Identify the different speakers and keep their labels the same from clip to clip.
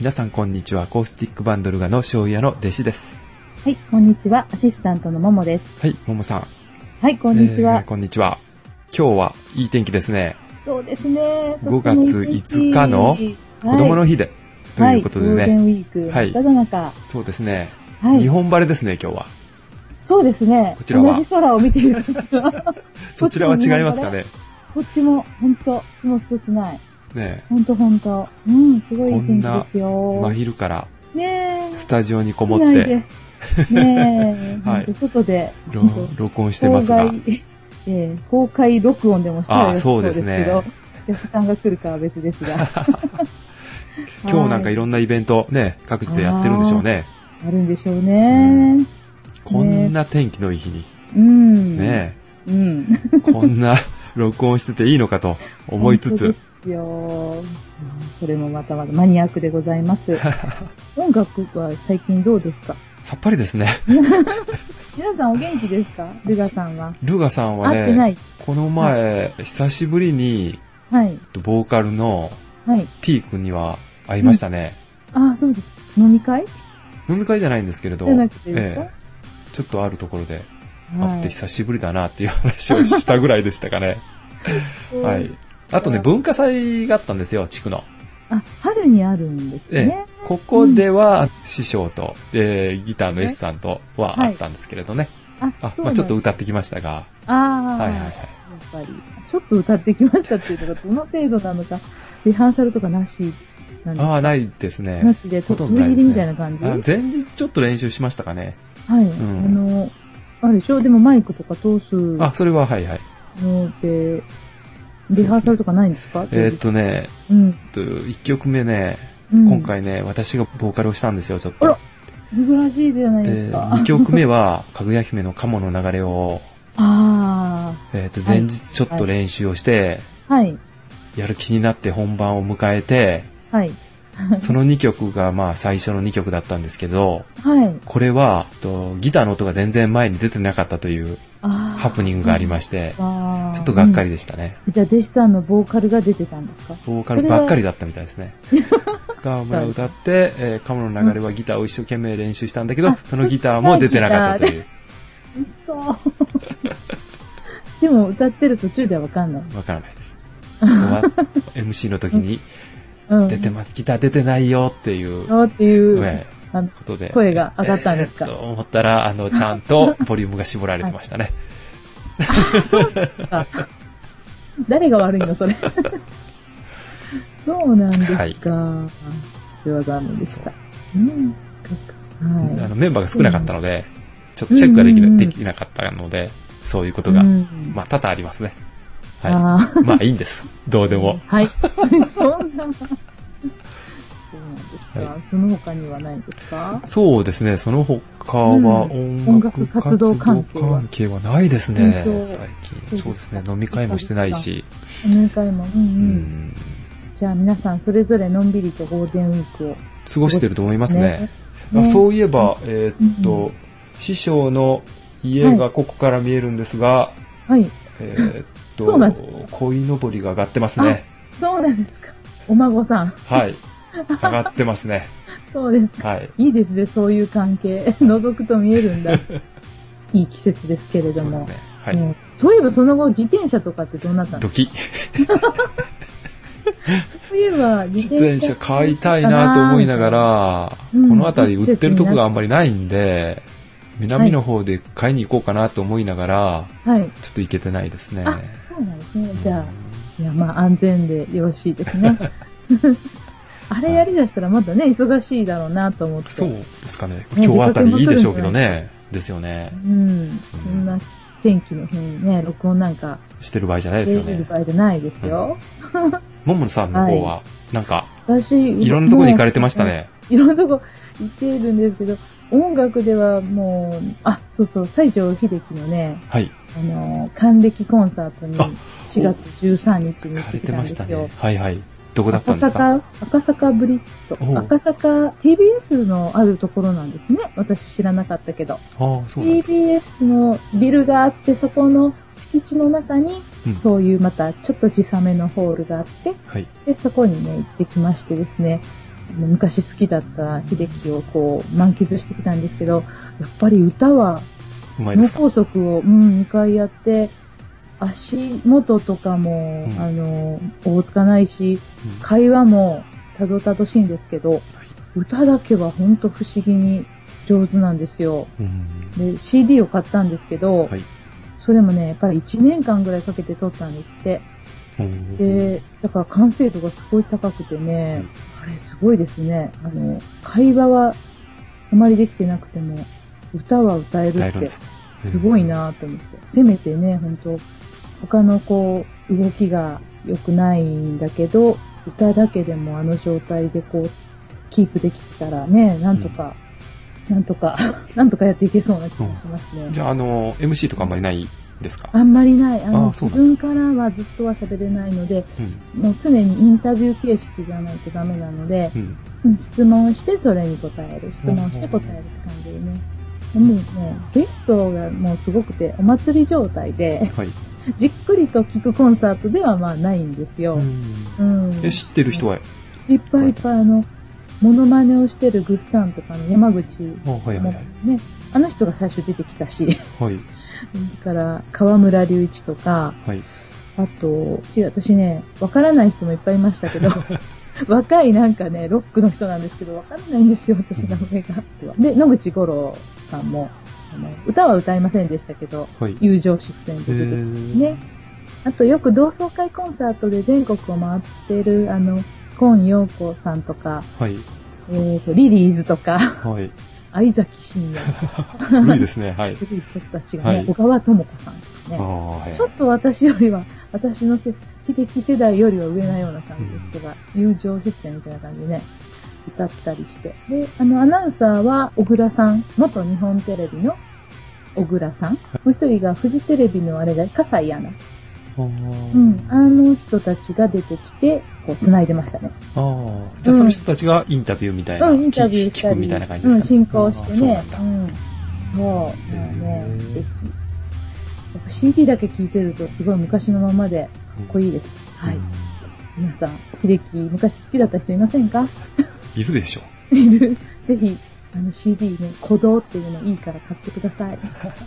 Speaker 1: 皆さんこんにちは。アコースティックバンドルガの醤油屋の弟子です。
Speaker 2: はい、こんにちは。アシスタントのももです。
Speaker 1: はい、ももさん。
Speaker 2: はい、こんにち
Speaker 1: えー
Speaker 2: は。
Speaker 1: こんにちは。今日はいい天気ですね。
Speaker 2: そうですね。
Speaker 1: 5月5日の子供の
Speaker 2: 日
Speaker 1: 日で。ということで
Speaker 2: はい、ゴ
Speaker 1: ね。
Speaker 2: ールデンウィークの
Speaker 1: はい
Speaker 2: 真っ只中。
Speaker 1: そうですね。
Speaker 2: はい。
Speaker 1: 日本晴れですね、今日は。
Speaker 2: そうですね。
Speaker 1: こちらは
Speaker 2: 同じ空を見ていらっしゃる。
Speaker 1: そちらは違いますかね。
Speaker 2: こっちも、ほんと、雲一つない。
Speaker 1: ね
Speaker 2: ほんとほんと。うん、すごいいい天気
Speaker 1: こんな
Speaker 2: ですよ。
Speaker 1: 真昼から
Speaker 2: ねえ。
Speaker 1: スタジオにこもって、。
Speaker 2: ねえ。
Speaker 1: はい
Speaker 2: ほんと外で、
Speaker 1: ろ
Speaker 2: ほんと
Speaker 1: 録音してますが。
Speaker 2: 公開、えー公開録音でもした
Speaker 1: あ
Speaker 2: ら
Speaker 1: ー
Speaker 2: よ
Speaker 1: そうですね
Speaker 2: けど、じゃあ負担が来るかは別ですが。
Speaker 1: 今日なんかい
Speaker 2: ろ
Speaker 1: ろんなイベントね、各地でやってるんでしょうね。
Speaker 2: あるんでしょうね。
Speaker 1: こんな天気のいい日に。
Speaker 2: うん。
Speaker 1: ね
Speaker 2: うん。
Speaker 1: こんな録音してていいのかと思いつ
Speaker 2: 本
Speaker 1: つ
Speaker 2: 当。ですよ。それもまたまたマニアックでござ います。音楽は最近どうですか
Speaker 1: さっぱりですね。
Speaker 2: 皆さんお元気ですかルガさんは。
Speaker 1: ルガさんは
Speaker 2: 会ってな
Speaker 1: ね、
Speaker 2: い。
Speaker 1: この前、久しぶりに、
Speaker 2: はい。
Speaker 1: ボーカルの
Speaker 2: はい。
Speaker 1: T 君には会いましたね。
Speaker 2: ああ、そうです。飲み会
Speaker 1: 飲み会じゃないんですけれど、
Speaker 2: じゃなくてですか、
Speaker 1: ええちょっとあるところで
Speaker 2: は
Speaker 1: 会っ
Speaker 2: い
Speaker 1: て久しぶりだなっていう話をしたぐらいでしたか ね。はい。あとね、文化祭があったんですよ、地区の。
Speaker 2: あ、春にあるんです
Speaker 1: ええ
Speaker 2: ね。
Speaker 1: ここでは、師匠と、えーギターの S さんとは
Speaker 2: はい
Speaker 1: 会ったんですけれどね。
Speaker 2: あ、
Speaker 1: あ、
Speaker 2: そ
Speaker 1: ま
Speaker 2: うな
Speaker 1: あ
Speaker 2: ん
Speaker 1: ちょっと
Speaker 2: です
Speaker 1: 歌ってきましたが。
Speaker 2: ああ、
Speaker 1: はいはい
Speaker 2: や
Speaker 1: は
Speaker 2: っ
Speaker 1: い。
Speaker 2: ぱり。ちょっと歌ってきましたっていうのがどの程度なのか、リハーサルとかなしなんで
Speaker 1: ああ、ないです
Speaker 2: な
Speaker 1: ね。
Speaker 2: しで、
Speaker 1: ほ
Speaker 2: と
Speaker 1: と
Speaker 2: 飛
Speaker 1: んど
Speaker 2: び
Speaker 1: ない
Speaker 2: 入
Speaker 1: で
Speaker 2: り
Speaker 1: すね
Speaker 2: みたいな感じ、
Speaker 1: あ前日ちょっと練習しましたかね。
Speaker 2: はい、
Speaker 1: ん
Speaker 2: あの、あるでしょでもマイクとか通す
Speaker 1: あ、
Speaker 2: の
Speaker 1: それははいはい。
Speaker 2: で、リハーサルとかないんですか
Speaker 1: えーっ、とね、
Speaker 2: うん。
Speaker 1: えっと一曲目ね、
Speaker 2: うん
Speaker 1: 今。回ね、私がボーカルをしたんですよ、ちょっと
Speaker 2: あら。珍しいじゃないです
Speaker 1: で、
Speaker 2: か。
Speaker 1: 2曲目は、かぐや姫の鴨の流れを、
Speaker 2: あ
Speaker 1: えーっ、と、前日ちょっと練習をして、
Speaker 2: あ、はい、
Speaker 1: やる気になって本番を迎えて、
Speaker 2: はい、
Speaker 1: その2曲がまあ最初の2曲だったんですけど、
Speaker 2: はい。
Speaker 1: これは、えっとギターの音が全然前に出てなかったというハ
Speaker 2: ハ
Speaker 1: プニングがありまして、ち
Speaker 2: あー
Speaker 1: ょっとがっかりでしたね。
Speaker 2: うんじゃあ、弟子さんのボーカルが出てたんですか
Speaker 1: ボーカルばっかりだったみたいですね。が、まあ歌って、えー、カモの流れはギターを一生懸命練習したんだけど
Speaker 2: あ、
Speaker 1: そのギターも出てなかったという。
Speaker 2: そう。でも、歌ってる途中ではわかんない。
Speaker 1: わからないです。終わっ MC の時に、
Speaker 2: うん。
Speaker 1: 出てます、ギター出てないよっていう、
Speaker 2: よっていう、
Speaker 1: え
Speaker 2: あの
Speaker 1: ーことで。
Speaker 2: 声が上がったんですか
Speaker 1: えーと思ったら、あの、ちゃん とボリュームが絞られてましたね。
Speaker 2: あ誰が悪いのそれ。そうなんですか。それは残念でした。うん。
Speaker 1: あ
Speaker 2: は
Speaker 1: の、メンバーが少なかったので、ちょっとチェックができ
Speaker 2: うんう
Speaker 1: な、
Speaker 2: んう
Speaker 1: で
Speaker 2: ん
Speaker 1: きなかったので、そういうこ
Speaker 2: い。
Speaker 1: とが、
Speaker 2: うん
Speaker 1: まあ、多々ありますね。はい。
Speaker 2: あー
Speaker 1: まあ、いいんです。どうでも。
Speaker 2: はい。そんな。そうなんですか。
Speaker 1: は
Speaker 2: その他にはないんですか
Speaker 1: そうですね、その他は音
Speaker 2: 音
Speaker 1: 楽
Speaker 2: 楽
Speaker 1: 活
Speaker 2: 活
Speaker 1: 動
Speaker 2: 動
Speaker 1: 関
Speaker 2: 関
Speaker 1: 係
Speaker 2: 係
Speaker 1: は
Speaker 2: は
Speaker 1: ないですね
Speaker 2: 本、
Speaker 1: 最
Speaker 2: 当そうですか
Speaker 1: 近。そうですね、飲み会もしてないし。
Speaker 2: 何回も。うんう。
Speaker 1: うんん。
Speaker 2: じゃあ皆さんそれぞれのんびりとゴールデンウィークを。
Speaker 1: 過ごしてると思いますね。
Speaker 2: ね
Speaker 1: あ
Speaker 2: ね
Speaker 1: そういえば、えーっ
Speaker 2: う
Speaker 1: と、師匠の家がここから見えるんですが、
Speaker 2: はい。
Speaker 1: えーっ
Speaker 2: そ
Speaker 1: と
Speaker 2: うなん、
Speaker 1: 鯉のぼりが上がってますね。
Speaker 2: そうなんですか。お孫さん。
Speaker 1: はい。上がってますね。
Speaker 2: そうです。
Speaker 1: はい。
Speaker 2: いいですね、そういう関係。 覗くと見え るんだ。いい季節ですけれど
Speaker 1: そうで
Speaker 2: も。
Speaker 1: すね。は
Speaker 2: う
Speaker 1: い。
Speaker 2: んそういえばその後、自転車とかってどうなったんで
Speaker 1: ド
Speaker 2: す
Speaker 1: キ。
Speaker 2: かそういえば、
Speaker 1: 自転車買いたいなと思いながら、
Speaker 2: うん
Speaker 1: この辺り売ってるとこがあんまりないんで、南の方で買いに行こうかなと思いながら、
Speaker 2: はい。
Speaker 1: ちょっと行けてないですね。
Speaker 2: あ、そうなんですね。じゃあ、いや、まあ、安全でよろしいです ね。あれやりだしたらまだね、忙しいだろうなと思って。
Speaker 1: そうですかね。今日あたりいいでしょうけどね。ですよね。
Speaker 2: うん。そんな天気の日にね、録音なんか、
Speaker 1: してる場合じゃないです
Speaker 2: 出
Speaker 1: よ
Speaker 2: てる
Speaker 1: ね。
Speaker 2: 場合じゃないですよ。
Speaker 1: ももさんの方は、なんか、
Speaker 2: 私、
Speaker 1: いろんなとこに行かれてました
Speaker 2: もう
Speaker 1: ね。
Speaker 2: いろんなとこ行ってるんですけど、音楽ではもう、あ、そうそう、西城秀樹のね、
Speaker 1: はい。
Speaker 2: あのー、還暦コンサートに
Speaker 1: あ
Speaker 2: 4月13日に
Speaker 1: 行か
Speaker 2: 行
Speaker 1: れ
Speaker 2: って
Speaker 1: て
Speaker 2: たん
Speaker 1: ま
Speaker 2: で
Speaker 1: した
Speaker 2: すよ
Speaker 1: ね。。はいはい。どこだった
Speaker 2: 赤
Speaker 1: んですか
Speaker 2: 坂、赤坂ブリッ
Speaker 1: おう
Speaker 2: ド。赤坂、TBS のあるところなんですね。私知らなかったけど。
Speaker 1: ああ、そうなんですか。
Speaker 2: TBS のビルがあって、そこの敷地の中に、
Speaker 1: うん
Speaker 2: そういうまたちょっと小さめのホールがあって、
Speaker 1: はい。
Speaker 2: で、そこにね、行ってきましてですね。昔好きだった秀樹をこう満喫してきたんですけど、やっぱり歌は
Speaker 1: うまいで
Speaker 2: 脳
Speaker 1: すか
Speaker 2: 梗塞を、うん、2回やって、足元とかも、
Speaker 1: うん
Speaker 2: あの、おぼつかないし、
Speaker 1: うん
Speaker 2: 会話もたどたどしいんですけど、歌だけはほんと不思議に上手なんですよ。
Speaker 1: うん
Speaker 2: で、CD を買ったんですけど、
Speaker 1: はい
Speaker 2: それもね、やっぱり1年間ぐらいかけて撮ったんですって。
Speaker 1: うん
Speaker 2: で、だから完成度がすごい高くてね、あれすごいですね。あの、会話はあまりできてなくても、歌は歌える
Speaker 1: 大
Speaker 2: っ
Speaker 1: 丈夫
Speaker 2: て
Speaker 1: です。
Speaker 2: すごいなと思って。せめてね、本当他のこう、動きが良くないんだけど、歌だけでもあの状態でこう、キープできたらね、なんとか、なんとか、 なんとかやっていけそうな気がしますね。
Speaker 1: じゃあ、あの、MC とかあんまりないですか
Speaker 2: あんまりない。あの、
Speaker 1: あそ
Speaker 2: 自
Speaker 1: うなんだ
Speaker 2: 分からはずっとは喋れないので、
Speaker 1: うん。
Speaker 2: もう常にインタビュー形式じゃないとダメなので、
Speaker 1: うん。
Speaker 2: うん質問してそれに答える。質問して答えるって感じでね。もうね、ゲストがもうすごくて、お祭り状態で、
Speaker 1: はい。
Speaker 2: じっくりと聞くコンサートではまあないんですよ。うん。
Speaker 1: え、知ってる人はい
Speaker 2: っぱいいっぱいあの、モノマネをしてるグッサンとかの山口も
Speaker 1: あ、はいはいはい。
Speaker 2: ね、あの人が最初出てきたし、 だ
Speaker 1: はい。
Speaker 2: から河村隆一とか、
Speaker 1: はい。
Speaker 2: あと、ち私ね、わからない人もいっぱいいました けど、若いなんかね、ロックの人なんですけど、わからないんですよ、私の目が。で、野口五郎さんも、あの歌は歌いませんでしたけど、
Speaker 1: はい。
Speaker 2: 友情出
Speaker 1: え
Speaker 2: 演で出てきて
Speaker 1: ー
Speaker 2: ね。あと、よく同窓会コンサートで全国を回ってる、あの、コン・ヨーコさんとか、
Speaker 1: はい。
Speaker 2: えー、と、リリーズと か、
Speaker 1: はい。
Speaker 2: 相崎慎也、
Speaker 1: 古いですね。はい。
Speaker 2: 古い人たち がね、
Speaker 1: はい
Speaker 2: 小川智子さんとかね
Speaker 1: あ。あ、はい
Speaker 2: ち。ょっと私よりは、私のせ秀樹世代よりは上なような感じですが、友情出演みたいな感じでね、歌ったりして。で、あの、アナウンサーは小倉さん、元日本テレビの小倉さん。もう一人がフジテレビのあれが、笠井アナ。
Speaker 1: あ
Speaker 2: うん、あ
Speaker 1: ー
Speaker 2: の人たちが出てきて、こう、繋いでましたね。
Speaker 1: あー。じゃあ、その人たちがインタビューみたいな。
Speaker 2: うん、インタビューし
Speaker 1: 聞
Speaker 2: た
Speaker 1: く
Speaker 2: り、
Speaker 1: みたいな感じで
Speaker 2: う
Speaker 1: す
Speaker 2: ん、
Speaker 1: か
Speaker 2: 進行してね
Speaker 1: あーそう。
Speaker 2: う
Speaker 1: なんだ。
Speaker 2: ん。そう、もうね
Speaker 1: へ、ー
Speaker 2: 素敵。やっぱ CD だけ聴いてると、すごい昔のままで、かっこいいです。はい。皆さん、秀樹、昔好きだった人いませんか
Speaker 1: いるでしょ。
Speaker 2: いるぜひ、あの CD ね、鼓動っていうのいいから買ってください。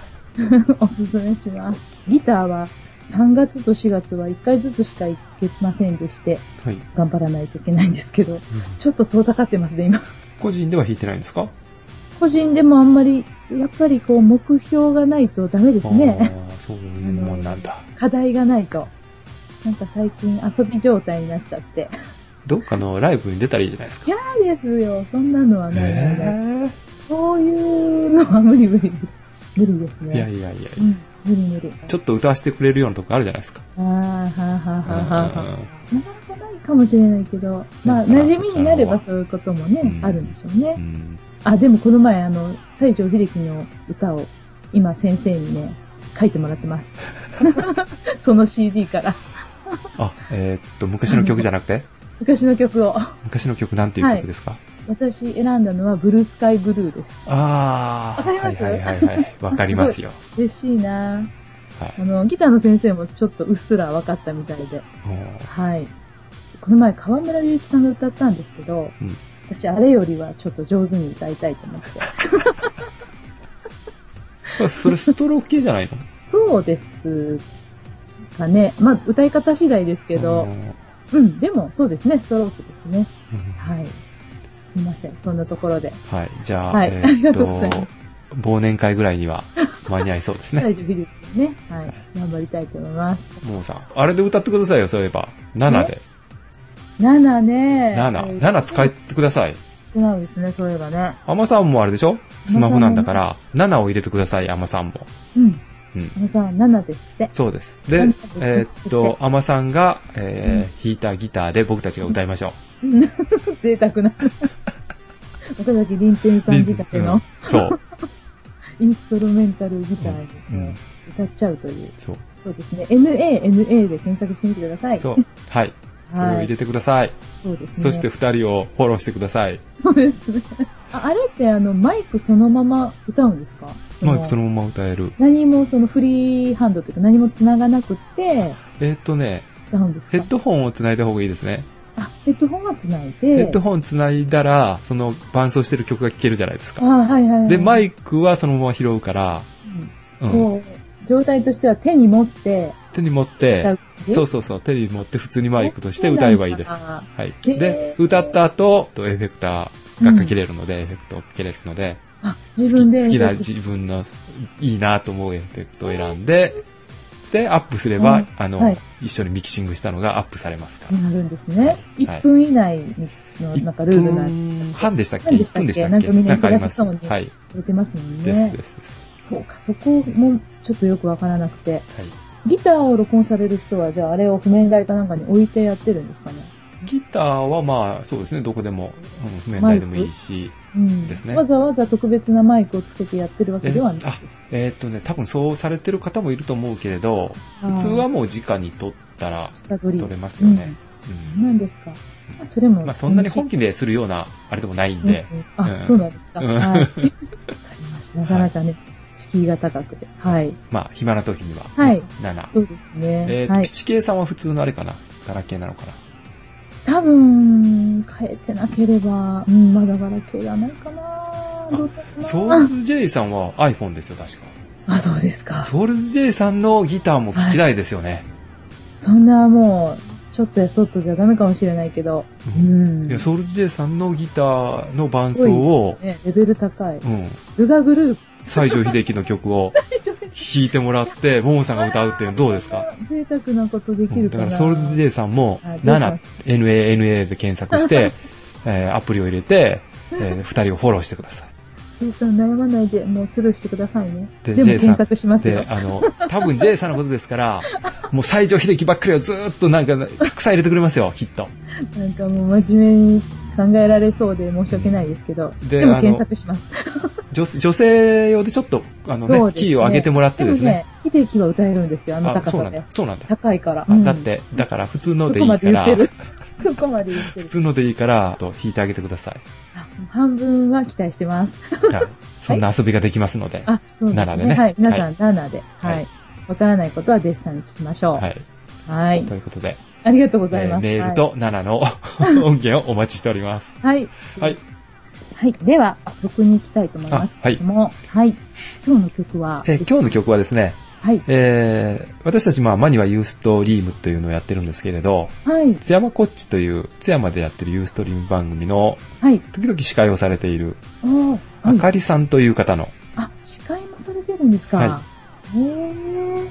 Speaker 2: おすすめします。ギターは3月と4月は1回ずつしか行けませんでして、
Speaker 1: はい。うん
Speaker 2: 頑張らないといけないんですけど、ちょっと遠ざかってますね、今。
Speaker 1: 個人では弾いてないんですか
Speaker 2: 個人でもあんまり、やっぱりこう、目標がないとダメですね。
Speaker 1: ああ、そういうもんなんだ。
Speaker 2: 課題がないと。なんか最近遊び状態になっちゃって。
Speaker 1: どっかのライブに出たらいいじゃないですか。
Speaker 2: いやーですよ、そんなのはないので。
Speaker 1: え
Speaker 2: そういうのは無理無理です。無理です
Speaker 1: ーいや
Speaker 2: ね。
Speaker 1: いやいやいうや。
Speaker 2: ん、無理無理。
Speaker 1: ちょっと歌わせてくれるようなとこあるじゃないですか。
Speaker 2: ああ、はあはあはあはあはあ。
Speaker 1: うん
Speaker 2: なかなかないかもしれないけど、ま
Speaker 1: だ
Speaker 2: あ、
Speaker 1: から
Speaker 2: 馴染みになれば
Speaker 1: そ
Speaker 2: そういうこともね、
Speaker 1: うん
Speaker 2: あるんでしょうね。
Speaker 1: うん
Speaker 2: あ、でもこの前、あの、西城秀樹の歌を、今先生にね、書いてもらってます。 その CD から、
Speaker 1: あ、えーっと、昔の曲じゃなくて
Speaker 2: 昔の曲を。
Speaker 1: 昔の曲なんていう曲ですか、
Speaker 2: 私選んだのは、ブルースカイブルーです。
Speaker 1: ああ、
Speaker 2: わかります
Speaker 1: はいはいはいはい。わかりますよ。
Speaker 2: 嬉しいな
Speaker 1: はい
Speaker 2: あ。の、ギターの先生もちょっとうっすら分かったみたいで。
Speaker 1: も
Speaker 2: はい。この前、河村隆一さんが歌ったんですけど、
Speaker 1: うん
Speaker 2: 私、あれよりはちょっと上手に歌いたいと思って。
Speaker 1: うそれストロー系じゃないの
Speaker 2: そうですかね。まあ、歌い方次第ですけ
Speaker 1: う
Speaker 2: ど
Speaker 1: ん、
Speaker 2: うん、でも、そうですね、ストロークですね。
Speaker 1: うん
Speaker 2: はい。すみません、そんなところで。
Speaker 1: はい。じゃあ、
Speaker 2: はい
Speaker 1: え
Speaker 2: あり
Speaker 1: ーっ
Speaker 2: が
Speaker 1: と
Speaker 2: とうございま、
Speaker 1: 忘年会ぐらいには間に合いそうですね。
Speaker 2: 大丈夫ですね。はい。頑張りたいと思います。
Speaker 1: もうさん、あれで歌ってくださいよ、そういえば。7で。
Speaker 2: 7ね。
Speaker 1: 7。7使
Speaker 2: え
Speaker 1: ってください。
Speaker 2: てないですね、そういえばね。
Speaker 1: アマさんもあれでしょスマホなんだから、7を入れてください、アマさんも。
Speaker 2: うん。
Speaker 1: うん
Speaker 2: 皆さん、7ですって。
Speaker 1: そうです。で、えーっと、アマさんが、えー弾いたギターで僕たちが歌いましょう。
Speaker 2: 贅沢 な。岡崎林天さん仕立て
Speaker 1: う
Speaker 2: の
Speaker 1: ん。そう。
Speaker 2: インストルメンタルギター
Speaker 1: う
Speaker 2: に、
Speaker 1: ん
Speaker 2: ね歌っちゃうという。
Speaker 1: そう。
Speaker 2: そうですね。NA、NA で検索してみてください。。
Speaker 1: そうう。はい。それを入れてください。
Speaker 2: そうですね。
Speaker 1: そして、二人をフォローしてください。
Speaker 2: そうですね。ああれってあの、マイクそのまま歌うんですか
Speaker 1: マイクそ
Speaker 2: の。
Speaker 1: のまま歌える。
Speaker 2: 何もそのフリーハンドというか何も繋がなくって
Speaker 1: えーっとね、
Speaker 2: 歌うんですか
Speaker 1: ヘッドホンをつないだ方がいいですね。
Speaker 2: あ、ヘッドホンはつないで、
Speaker 1: ヘッドホン繋いだら、その伴奏してる曲が聴けるじゃないです
Speaker 2: あ
Speaker 1: か。
Speaker 2: あ、はいはい、はい。
Speaker 1: で、マイクはそのまま拾うから、う
Speaker 2: うんん、こう、状態としては手に持って、
Speaker 1: 手に持って、そううそうそう、手に持って普通にマイクとして歌えばいいです。はい。で、歌った後、とエフェクターがかけれるので、エフェクトをかけれるので、
Speaker 2: あ、自分で。
Speaker 1: 好き好きな自分のいいなと思うエフェクトを選んで、で、アップすれば、
Speaker 2: うん
Speaker 1: あの、
Speaker 2: はい
Speaker 1: 一緒にミキシングしたのがアップされますから。
Speaker 2: になるんですね。
Speaker 1: はい
Speaker 2: 1分以内の、なんかルールが
Speaker 1: 1分半でしたっけ
Speaker 2: 何でし
Speaker 1: ?1
Speaker 2: たっけ
Speaker 1: 分でしたっけ
Speaker 2: なんかみんな忙しそうに
Speaker 1: かあります。はい。
Speaker 2: 出てますもん
Speaker 1: です、
Speaker 2: ね
Speaker 1: で。す、です。
Speaker 2: そうか、そこもちょっとよくわからなくて。
Speaker 1: はい。
Speaker 2: ギターを録音される人は、じゃああれを譜面台かなんかに置いてやってるんですかね。
Speaker 1: ギターはまあ、そうですね、どこでも、うん、譜面台でもいいし、
Speaker 2: うん。
Speaker 1: ですね
Speaker 2: わざわざ特別なマイクをつけてやってるわけ
Speaker 1: え
Speaker 2: ではない。
Speaker 1: あ、えーっとね、多分そうされてる方もいると思うけれど、普通はもう直に撮ったら
Speaker 2: 下取り
Speaker 1: 撮れますよね。
Speaker 2: うん。なんですか。まあそれ
Speaker 1: う
Speaker 2: も。
Speaker 1: んまあ、そんなに本気でするような、あれでもないんで、
Speaker 2: うんうん
Speaker 1: うん
Speaker 2: あ、そうなんですか。
Speaker 1: うん
Speaker 2: はい。わ かりました。なかなかね、敷居が高くて。はい。
Speaker 1: まあ、暇な時には、
Speaker 2: はい
Speaker 1: 7。
Speaker 2: そうです
Speaker 1: え
Speaker 2: ね。
Speaker 1: ー
Speaker 2: はい
Speaker 1: ピ。チケイさんは普通のあれかなガラケーなのかな
Speaker 2: 多分、変えてなければ、うん、まだガラケーがないかなどうかな
Speaker 1: ソウルズ J さんは iPhone ですよ、確
Speaker 2: あ、そうです
Speaker 1: か。
Speaker 2: か。
Speaker 1: ソウルズ J さんのギターも聞きたいですよね。
Speaker 2: そんなもう、ちょっとやそっとじゃダメかもしれないけど、う
Speaker 1: うん
Speaker 2: ん。
Speaker 1: いや、ソウルズ J さんのギターの伴奏を、
Speaker 2: ね、レベル高い。
Speaker 1: うん、
Speaker 2: ルガグループ。
Speaker 1: 西城秀樹の曲を弾いてもらって、 ももさんが歌うっていうのどうですか
Speaker 2: 贅沢なことで
Speaker 1: う
Speaker 2: き
Speaker 1: ん
Speaker 2: る
Speaker 1: だ
Speaker 2: か
Speaker 1: か
Speaker 2: な。
Speaker 1: ら、ソウルズ J さんも、
Speaker 2: はい
Speaker 1: 7、NANA で検索 して、えーアプリを入れて、え2人をフォローしてください。
Speaker 2: J さん悩まないで、もうスルーしてくださいね。
Speaker 1: で J さ
Speaker 2: でも
Speaker 1: ん
Speaker 2: 検索しますよ
Speaker 1: で、。あの、多分 J さんのことですから、もう西城秀樹ばっかりをずーっとなんか、たくさん入れてくれますよ、きっと。
Speaker 2: なんかもう真面目に考えられそうで申し訳ないですけど。
Speaker 1: で
Speaker 2: でも
Speaker 1: あの
Speaker 2: 検索します。
Speaker 1: 女女性用でちょっと、あのね
Speaker 2: そうですね
Speaker 1: キーを上げてもらって
Speaker 2: で
Speaker 1: で
Speaker 2: も
Speaker 1: すね。
Speaker 2: ね、秀樹は歌えるんですよ、あの
Speaker 1: あ、
Speaker 2: 高
Speaker 1: そう
Speaker 2: さ
Speaker 1: なんだ
Speaker 2: で。。
Speaker 1: そうなんだ。
Speaker 2: 高いから。
Speaker 1: あ
Speaker 2: うん
Speaker 1: だっ。て、だから普通の
Speaker 2: ど
Speaker 1: で
Speaker 2: こ
Speaker 1: い
Speaker 2: ま
Speaker 1: い
Speaker 2: で
Speaker 1: か
Speaker 2: 言
Speaker 1: ら、
Speaker 2: ってる
Speaker 1: 普。
Speaker 2: どこまで言ってる。
Speaker 1: 通のでいいから、と弾いてあげてください。
Speaker 2: あ半分は期待してます。
Speaker 1: はい。そんな遊びができますので。
Speaker 2: あ、そうです
Speaker 1: 7でね
Speaker 2: はい。皆
Speaker 1: は
Speaker 2: さん7で。は
Speaker 1: はい
Speaker 2: い。わからないことはデッサンに聞きましょ
Speaker 1: はい。
Speaker 2: う。はい
Speaker 1: と。いうことで、
Speaker 2: ありがとうござい
Speaker 1: え
Speaker 2: ま
Speaker 1: ー
Speaker 2: す。
Speaker 1: メールと7の 音源をお待ちしております。
Speaker 2: はい。
Speaker 1: は
Speaker 2: はいい。はい。では、曲に行きたいと思いますけれども、はい。今日の曲は、
Speaker 1: えー今日の曲はですね、
Speaker 2: はい。
Speaker 1: えー私たち、まあ、マニはユーストリームというのをやってるんですけれど、
Speaker 2: はい。
Speaker 1: 津山こっちという、津山でやってるユーストリーム番組の、
Speaker 2: はい。
Speaker 1: 時々司会をされている、
Speaker 2: あー
Speaker 1: あ
Speaker 2: は
Speaker 1: か
Speaker 2: い。
Speaker 1: りさんという方の、
Speaker 2: あ、司会もされてるんです
Speaker 1: は
Speaker 2: か。へー。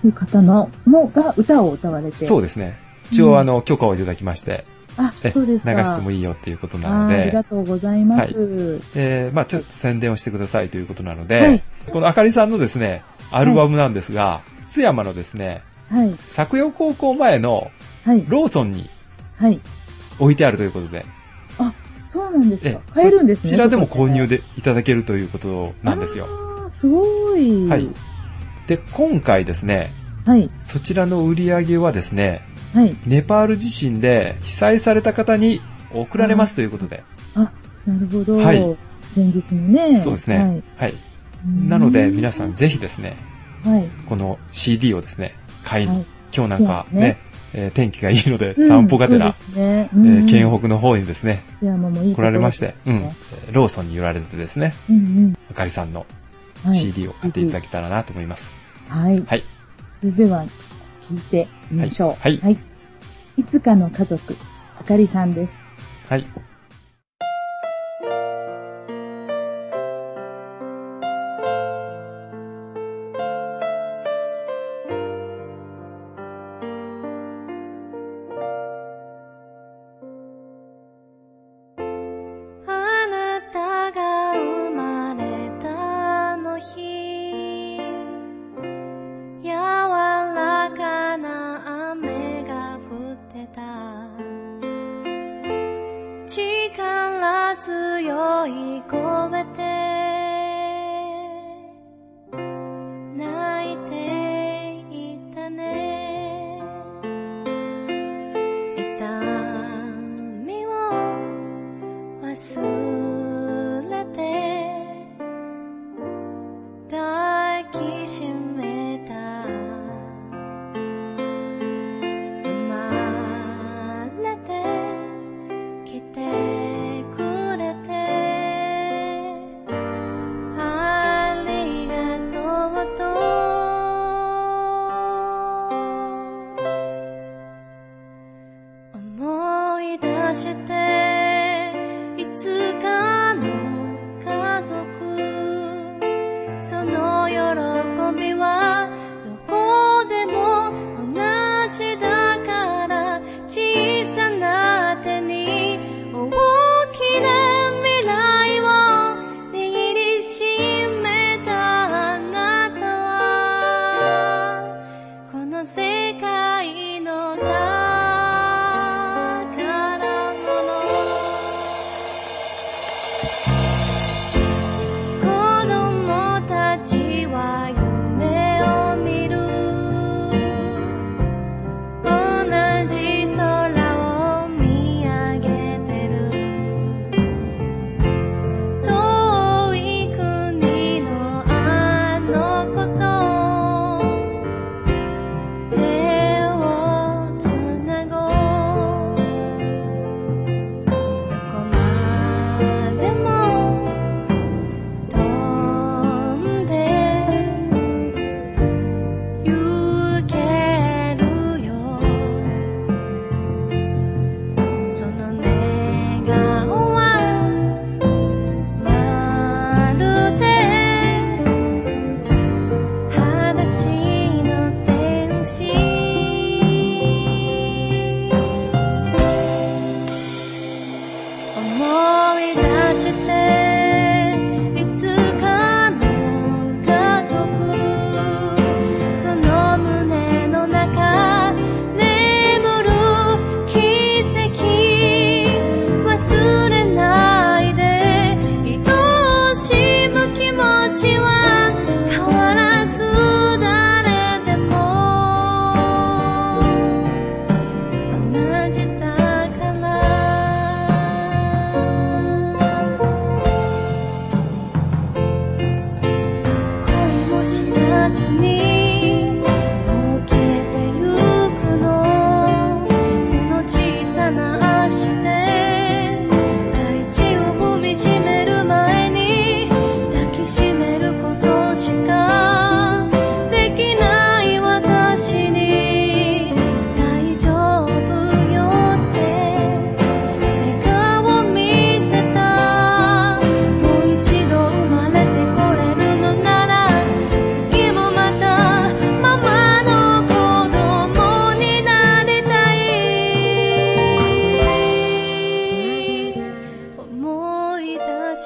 Speaker 2: という方の、も、が歌を歌われて。
Speaker 1: そう
Speaker 2: う。
Speaker 1: ですね。一応、あの、許可をいただきまして、
Speaker 2: あ、
Speaker 1: え
Speaker 2: そう
Speaker 1: 流
Speaker 2: ですか。
Speaker 1: してもいいよっていうことな
Speaker 2: あ
Speaker 1: の
Speaker 2: ーあり
Speaker 1: で
Speaker 2: が、とうございます。
Speaker 1: えーまあちょっと宣伝をしてくださいということなので、
Speaker 2: はい
Speaker 1: このあかりさんのですね、アルバムなんですが、津山のですね、
Speaker 2: はい。
Speaker 1: 作陽高校前の
Speaker 2: はい。
Speaker 1: ローソンに
Speaker 2: はい。
Speaker 1: 置いてあるということで、
Speaker 2: そうなんです
Speaker 1: え
Speaker 2: か。買えるんですね。
Speaker 1: そちらでも購入
Speaker 2: で。
Speaker 1: でいただけるということなんですよ。
Speaker 2: あー。すごい。
Speaker 1: はい。で、今回ですね、
Speaker 2: はい。
Speaker 1: そちらの売り上げはですね、
Speaker 2: はい。
Speaker 1: ネパール地震で被災された方に送られますということで、
Speaker 2: なるほど。
Speaker 1: はい
Speaker 2: 前日にね。
Speaker 1: そうですね、
Speaker 2: は
Speaker 1: はい
Speaker 2: い。。
Speaker 1: なので、皆さんぜひですね、
Speaker 2: ん。はい。
Speaker 1: この CD をですね、買いに
Speaker 2: はい。
Speaker 1: 今日なんかね、
Speaker 2: ね
Speaker 1: えー天気がいいので、散歩がてら、
Speaker 2: そうで
Speaker 1: え
Speaker 2: すね。
Speaker 1: ー
Speaker 2: うん
Speaker 1: 県北の方にですね、
Speaker 2: いやもうもういいと
Speaker 1: 来
Speaker 2: こ
Speaker 1: られまして、う
Speaker 2: で
Speaker 1: ん、
Speaker 2: す
Speaker 1: え
Speaker 2: ね
Speaker 1: ーローソンに寄られてですね、
Speaker 2: うん
Speaker 1: あかりさんの
Speaker 2: うん。はい。
Speaker 1: CD を買っていただけたらなと思います。
Speaker 2: はい。
Speaker 1: はい。
Speaker 2: それでは、聞いてみましょう。
Speaker 1: はいは
Speaker 2: はい。いつかの家族、あかりさんです。
Speaker 1: はい。
Speaker 3: あなたが生まれたあの日柔らかな雨が降ってた小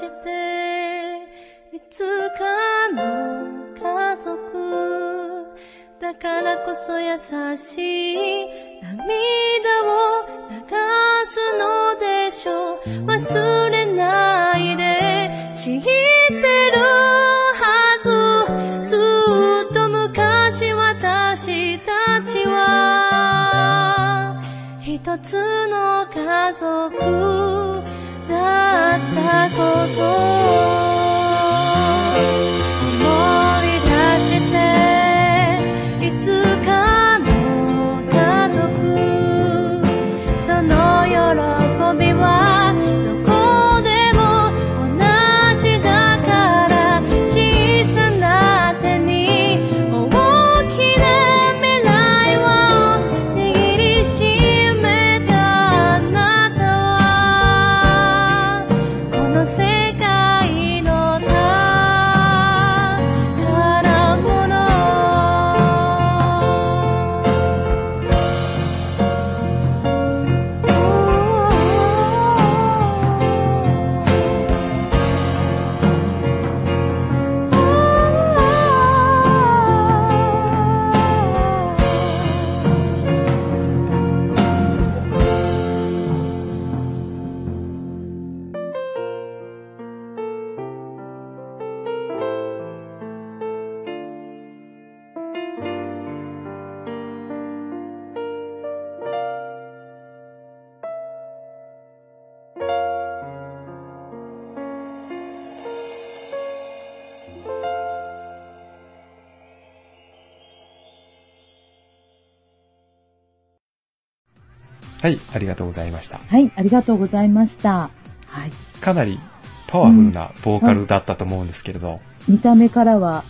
Speaker 3: ていつかの家族だからこそ優しい涙を流すのでしょう忘れないで知ってるはずずっと昔私たちは一つの家族だったこと思い出していつかの家族その喜びはどこでも同じだから小さな手に大きな未来を握りしめたあなたはこの世界の宝物 Oh.
Speaker 1: はい、ありがとうございました。
Speaker 2: はい、ありがとうございました。はい。
Speaker 1: かなりパワフルなボーカルだったと思うんですけれど。
Speaker 2: 見た目からは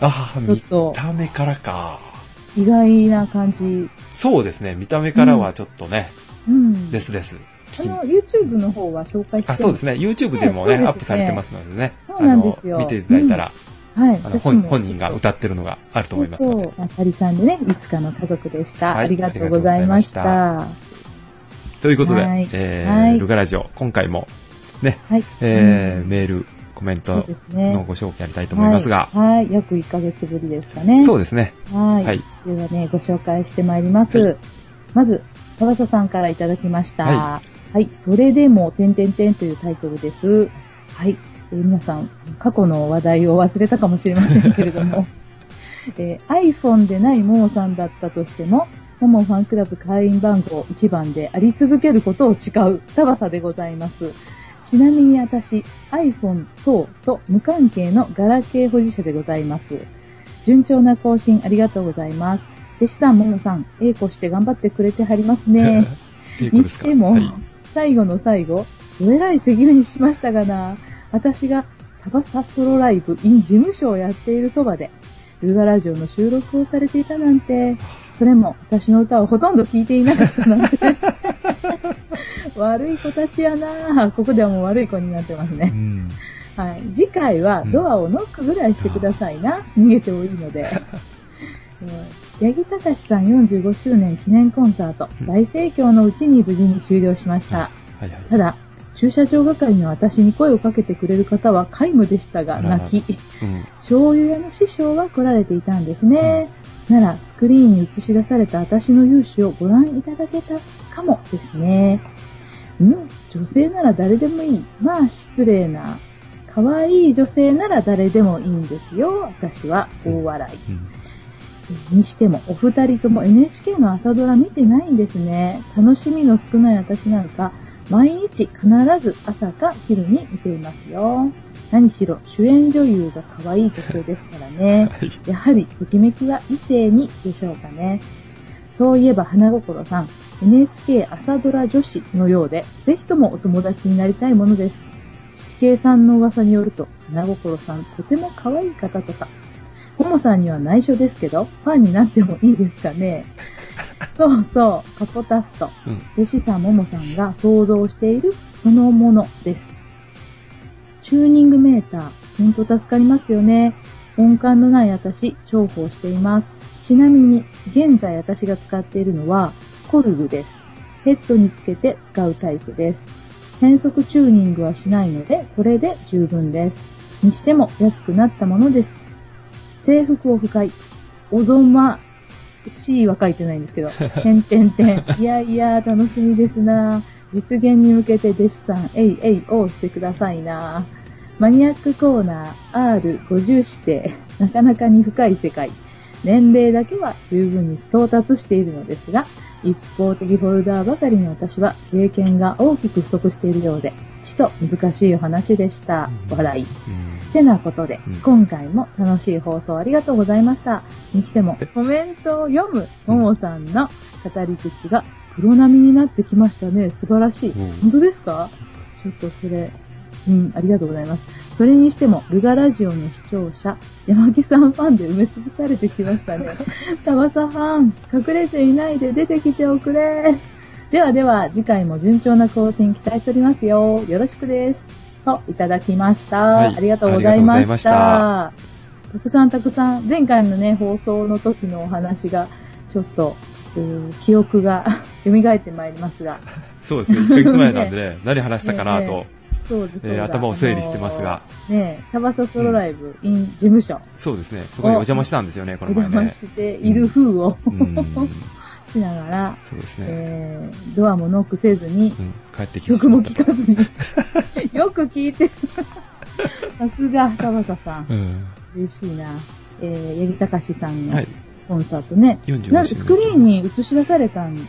Speaker 1: ああ、
Speaker 2: ちょっ
Speaker 1: 見
Speaker 2: と
Speaker 1: た目からか。
Speaker 2: 意外な感じ。
Speaker 1: そうですね、見た目からはちょっとね、
Speaker 2: うん。
Speaker 1: ですです。
Speaker 2: あ
Speaker 1: 聞き
Speaker 2: の、YouTube の方は紹介して
Speaker 1: あ、そうです
Speaker 2: ね。
Speaker 1: ね、YouTube でもね、
Speaker 2: ねそうですね
Speaker 1: アップされてますのでね。
Speaker 2: そうなんですよ
Speaker 1: あの、見ていただいたら、
Speaker 2: はい。
Speaker 1: あの本、本人が歌ってるのがあると思いますので。
Speaker 2: そう。あかりさんでね、いつかの家族でした。
Speaker 1: はい
Speaker 2: ありがとうございました。
Speaker 1: あ
Speaker 2: は
Speaker 1: ということで、
Speaker 2: はい
Speaker 1: え
Speaker 2: は
Speaker 1: ー、
Speaker 2: い
Speaker 1: ルガラジオ、今回も、ね、
Speaker 2: い。
Speaker 1: えー
Speaker 2: うん
Speaker 1: メール、コメン
Speaker 2: そう
Speaker 1: ト
Speaker 2: です
Speaker 1: の
Speaker 2: ね。
Speaker 1: ご紹介やりたいと思いますが、
Speaker 2: はい。はい約1ヶ月ぶりですかね。
Speaker 1: そうですね。
Speaker 2: はい。
Speaker 1: はい。
Speaker 2: ではね、ご紹介してまいります。
Speaker 1: はい
Speaker 2: まず、田畑さんからいただきました。
Speaker 1: は
Speaker 2: はい。それでも、てんてんてんというタイトルです。はい。えー皆さん、過去の話題を忘れたかもしれませんけれども、えー iPhone でないももさんだったとしても、ももファンクラブ会員番号1番であり続けることを誓う、田畑でございます。ちなみに私、iPhone 等と無関係のガラケー保持者でございます。順調な更新ありがとうございます。弟子さん、ももさん、えいこして頑張ってくれてはりますね。
Speaker 1: いい子
Speaker 2: に
Speaker 1: です
Speaker 2: し
Speaker 1: か
Speaker 2: ても、
Speaker 1: はい
Speaker 2: 最後の最後、どえらい責任しましたがな、私がサバサソロライブ in 事務所をやっているそばで、ルガラジオの収録をされていたなんて、それも私の歌をほとんど聴いていなかったなん て。悪い子たちやなここではもう悪い子になってますね
Speaker 1: う。ん。
Speaker 2: はい。次回はドアをノックぐらいしてくださいな。逃げてもいい ので。えー八木隆さん45周年記念コンサート、
Speaker 1: うん
Speaker 2: 大盛況のうちに無事に終了しました。
Speaker 1: はいはい。
Speaker 2: ただ、駐車場係の私に声をかけてくれる方は皆無でした
Speaker 1: あ
Speaker 2: が、
Speaker 1: らら
Speaker 2: 泣き。
Speaker 1: うん。
Speaker 2: 醤油屋の師匠は来られていたんですね。なら、スクリーンに映し出された私の勇姿をご覧いただけたかもですね。うん、女性なら誰でもいい。まあ、失礼な。可愛い女性なら誰でもいいんですよ。私は大笑い。
Speaker 1: うん
Speaker 2: にしても、お二人とも NHK の朝ドラ見てないんですね。楽しみの少ない私なんか、毎日必ず朝か昼に見ていますよ。何しろ、主演女優が可愛い女性ですからね。
Speaker 1: はい。
Speaker 2: やはり、ときめきは異性にでしょうかね。そういえば、花心さん、NHK 朝ドラ女子のようで、ぜひともお友達になりたいものです。七景さんの噂によると、花心さん、とても可愛い方とか。ももさんには内緒ですけど、ファンになってもいいですか ね。そうそう、カポタスト。
Speaker 1: うん
Speaker 2: 弟子さん、ももさんが想像しているそのものです。チューニングメーター、本当助かりますよね。音感のない私、重宝しています。ちなみに、現在私が使っているのは、コルグです。ヘッドにつけて使うタイプです。変速チューニングはしないので、これで十分です。にしても安くなったものです。制服を不快。おぞましいは書いてないんですけど、てんてんてん。いやいや、楽しみですな実現に向けて弟子さん、えいえいをしてくださいなマニアックコーナー R50 指定。なかなかに深い世界。年齢だけは十分に到達しているのですが、一方的フォルダーばかりの私は経験が大きく不足しているようで、ちと難しいお話でした。笑い。てなことで、
Speaker 1: うん
Speaker 2: 今回も楽しい放送ありがとうございました。にしても、コメントを読むももさんの語り口がプロ並みになってきましたね。素晴らしい。
Speaker 1: うん
Speaker 2: 本当ですかちょっとそれ、うん、ありがとうございます。それにしても、ルガラジオの視聴者、山木さんファンで埋め尽くされてきまし たね。タバサファン、隠れていないで出てきておくれ。ではでは、次回も順調な更新期待しておりますよ。よろしくです。と、いただきました。
Speaker 1: はい
Speaker 2: ありがとうございま
Speaker 1: ありがとうございま
Speaker 2: し
Speaker 1: したた。
Speaker 2: たくさんたくさん、前回のね、放送の時のお話が、ちょっと、えー記憶が 蘇ってまいりますが、
Speaker 1: そうですね、1ヶ月前なんでね、 何話したかなと、
Speaker 2: そうです
Speaker 1: えー頭を整理してますが。、
Speaker 2: ねえ、タバサソロライブ、in 事務所、
Speaker 1: そうですね、そこにお邪魔したんですよね、こ
Speaker 2: お
Speaker 1: の
Speaker 2: 邪
Speaker 1: 前
Speaker 2: 魔
Speaker 1: ね。
Speaker 2: している風を、
Speaker 1: うん、
Speaker 2: しながら、
Speaker 1: そうですね。
Speaker 2: えー、ドアもノックせずに、
Speaker 1: うん、帰ってきま
Speaker 2: 曲も聴
Speaker 1: し
Speaker 2: かずに、よく聴いてる。さすが、タバサさん
Speaker 1: た。。うん。
Speaker 2: 嬉しいな。えー、八木隆さん
Speaker 1: は
Speaker 2: の
Speaker 1: い、
Speaker 2: コンサートね。
Speaker 1: 45
Speaker 2: なんかスクリーンに映し出されたんで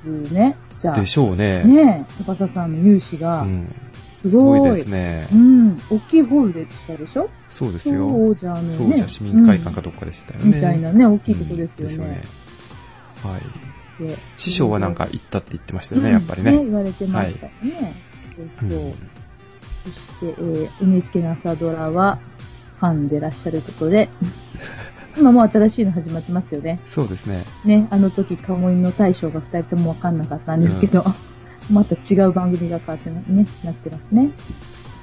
Speaker 2: すね。じゃあ。
Speaker 1: でしょうね。
Speaker 2: ねえ、高田さんの勇姿
Speaker 1: う
Speaker 2: が、
Speaker 1: ん、
Speaker 2: す
Speaker 1: す
Speaker 2: ご
Speaker 1: ご
Speaker 2: い。
Speaker 1: いですね
Speaker 2: う。ん、大きいホールで映したでしょ
Speaker 1: そうですよ。
Speaker 2: そうじゃあのね。
Speaker 1: そうじゃ市民会館かどっかでしたよ
Speaker 2: うん
Speaker 1: ね。
Speaker 2: みたいなね、大
Speaker 1: う
Speaker 2: き
Speaker 1: ん、
Speaker 2: いとこですよね。
Speaker 1: すよねはい。
Speaker 2: で
Speaker 1: 師匠はなんか行ったって言ってましたよね、やっぱりね。
Speaker 2: うん言われてましたね。そうそう
Speaker 1: うん
Speaker 2: そして、えー NHK の朝ドラは、ファンでいらっしゃるこ とで、今もう新しいの始まってますよね。
Speaker 1: そうですね。
Speaker 2: ね、あの時、カモイの大将が二人ともわかんなかったんですけど、 また違う番組が変わってますね、なってますね。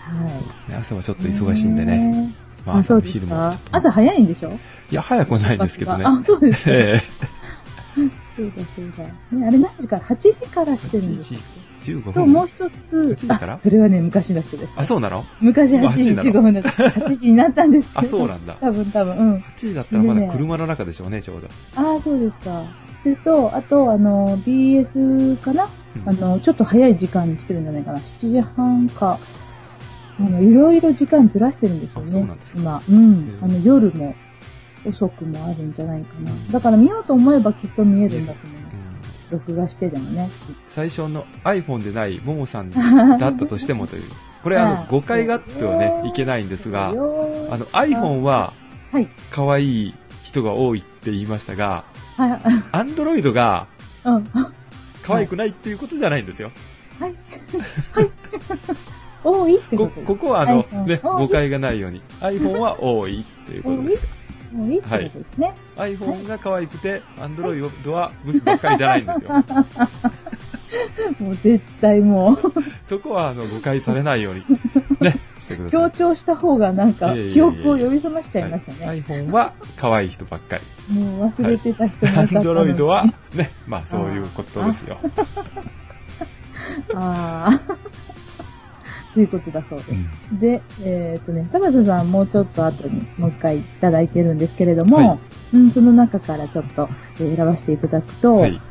Speaker 1: そう
Speaker 2: は
Speaker 1: ですね朝はちょっ
Speaker 2: い。
Speaker 1: と忙しいんでね。
Speaker 2: ね。
Speaker 1: まあ、
Speaker 2: あ、
Speaker 1: 朝
Speaker 2: そう
Speaker 1: も
Speaker 2: です
Speaker 1: 昼もちょ
Speaker 2: か
Speaker 1: っと。
Speaker 2: 朝早いんでしょ
Speaker 1: いや、早くはないですけどね。
Speaker 2: あ、そうですか。
Speaker 1: え
Speaker 2: そうだそうだ。ね、あれ何時から ?8 時からしてるんです
Speaker 1: 8
Speaker 2: よ
Speaker 1: え15
Speaker 2: と、もう
Speaker 1: 分。
Speaker 2: 一
Speaker 1: 8
Speaker 2: つ
Speaker 1: 時、から
Speaker 2: あ、それはね、昔の人です。
Speaker 1: あ、そうなの
Speaker 2: 昔8時
Speaker 1: 8だろ
Speaker 2: 15分だった。8時になったんですけど。
Speaker 1: あ、そうなんだ。
Speaker 2: 多分多分、うん。
Speaker 1: 8時だったらまだ車の中でしょうね、ちょうど。
Speaker 2: ああ、そうですか。それと、あと、あの、BS かな
Speaker 1: うん
Speaker 2: あの、ちょっと早い時間にしてるんじゃないかな。7時半か。あの、いろいろ時間ずらしてるんですよね。
Speaker 1: あそうなんですか
Speaker 2: 今。うん
Speaker 1: へ。え
Speaker 2: あの、夜も遅くもあるんじゃないかな
Speaker 1: うん。
Speaker 2: だから見ようと思えばきっと見えるんだと思う
Speaker 1: う。ん
Speaker 2: 録画してでもね。
Speaker 1: 最初の iPhone でないももさんだったとしてもという。これ、あ
Speaker 2: は
Speaker 1: の、
Speaker 2: い
Speaker 1: 誤解があってはね、いけないんですが、あ
Speaker 2: よー
Speaker 1: の、iPhone は
Speaker 2: はい。
Speaker 1: 可愛い人が多いって言いましたが、
Speaker 2: はい。
Speaker 1: Android が
Speaker 2: うん。は
Speaker 1: 可愛くないっていうことじゃないんですよ。
Speaker 2: い。はい。多いってこ
Speaker 1: ことここはあの、
Speaker 2: iPhone
Speaker 1: ね、
Speaker 2: 多い
Speaker 1: 誤解がないように。iPhone は多いっていうことです。
Speaker 2: 多いってことですね。
Speaker 1: iPhone が可愛くて、Android はブスばっかりじゃないんですよ。
Speaker 2: もう絶対もう、
Speaker 1: そこはあの誤解されないよう に、ね、してくださ
Speaker 2: 強
Speaker 1: い。
Speaker 2: 調した方がなんか
Speaker 1: いえいえいえいえ
Speaker 2: 記憶を呼び覚ましちゃいましたね。
Speaker 1: はい iPhone は可愛い人ばっかり。
Speaker 2: もう忘れてた人もいたったのに
Speaker 1: Android は、ね、まあそういうことですよ。
Speaker 2: ああ。 ということだそうで
Speaker 1: うん
Speaker 2: す。で、えっ、とね、高瀬さんもうちょっと後にもう一回いただいてるんですけれども、
Speaker 1: はい
Speaker 2: うん、その中からちょっとえー選ばせていただくと、
Speaker 1: はい。
Speaker 2: えー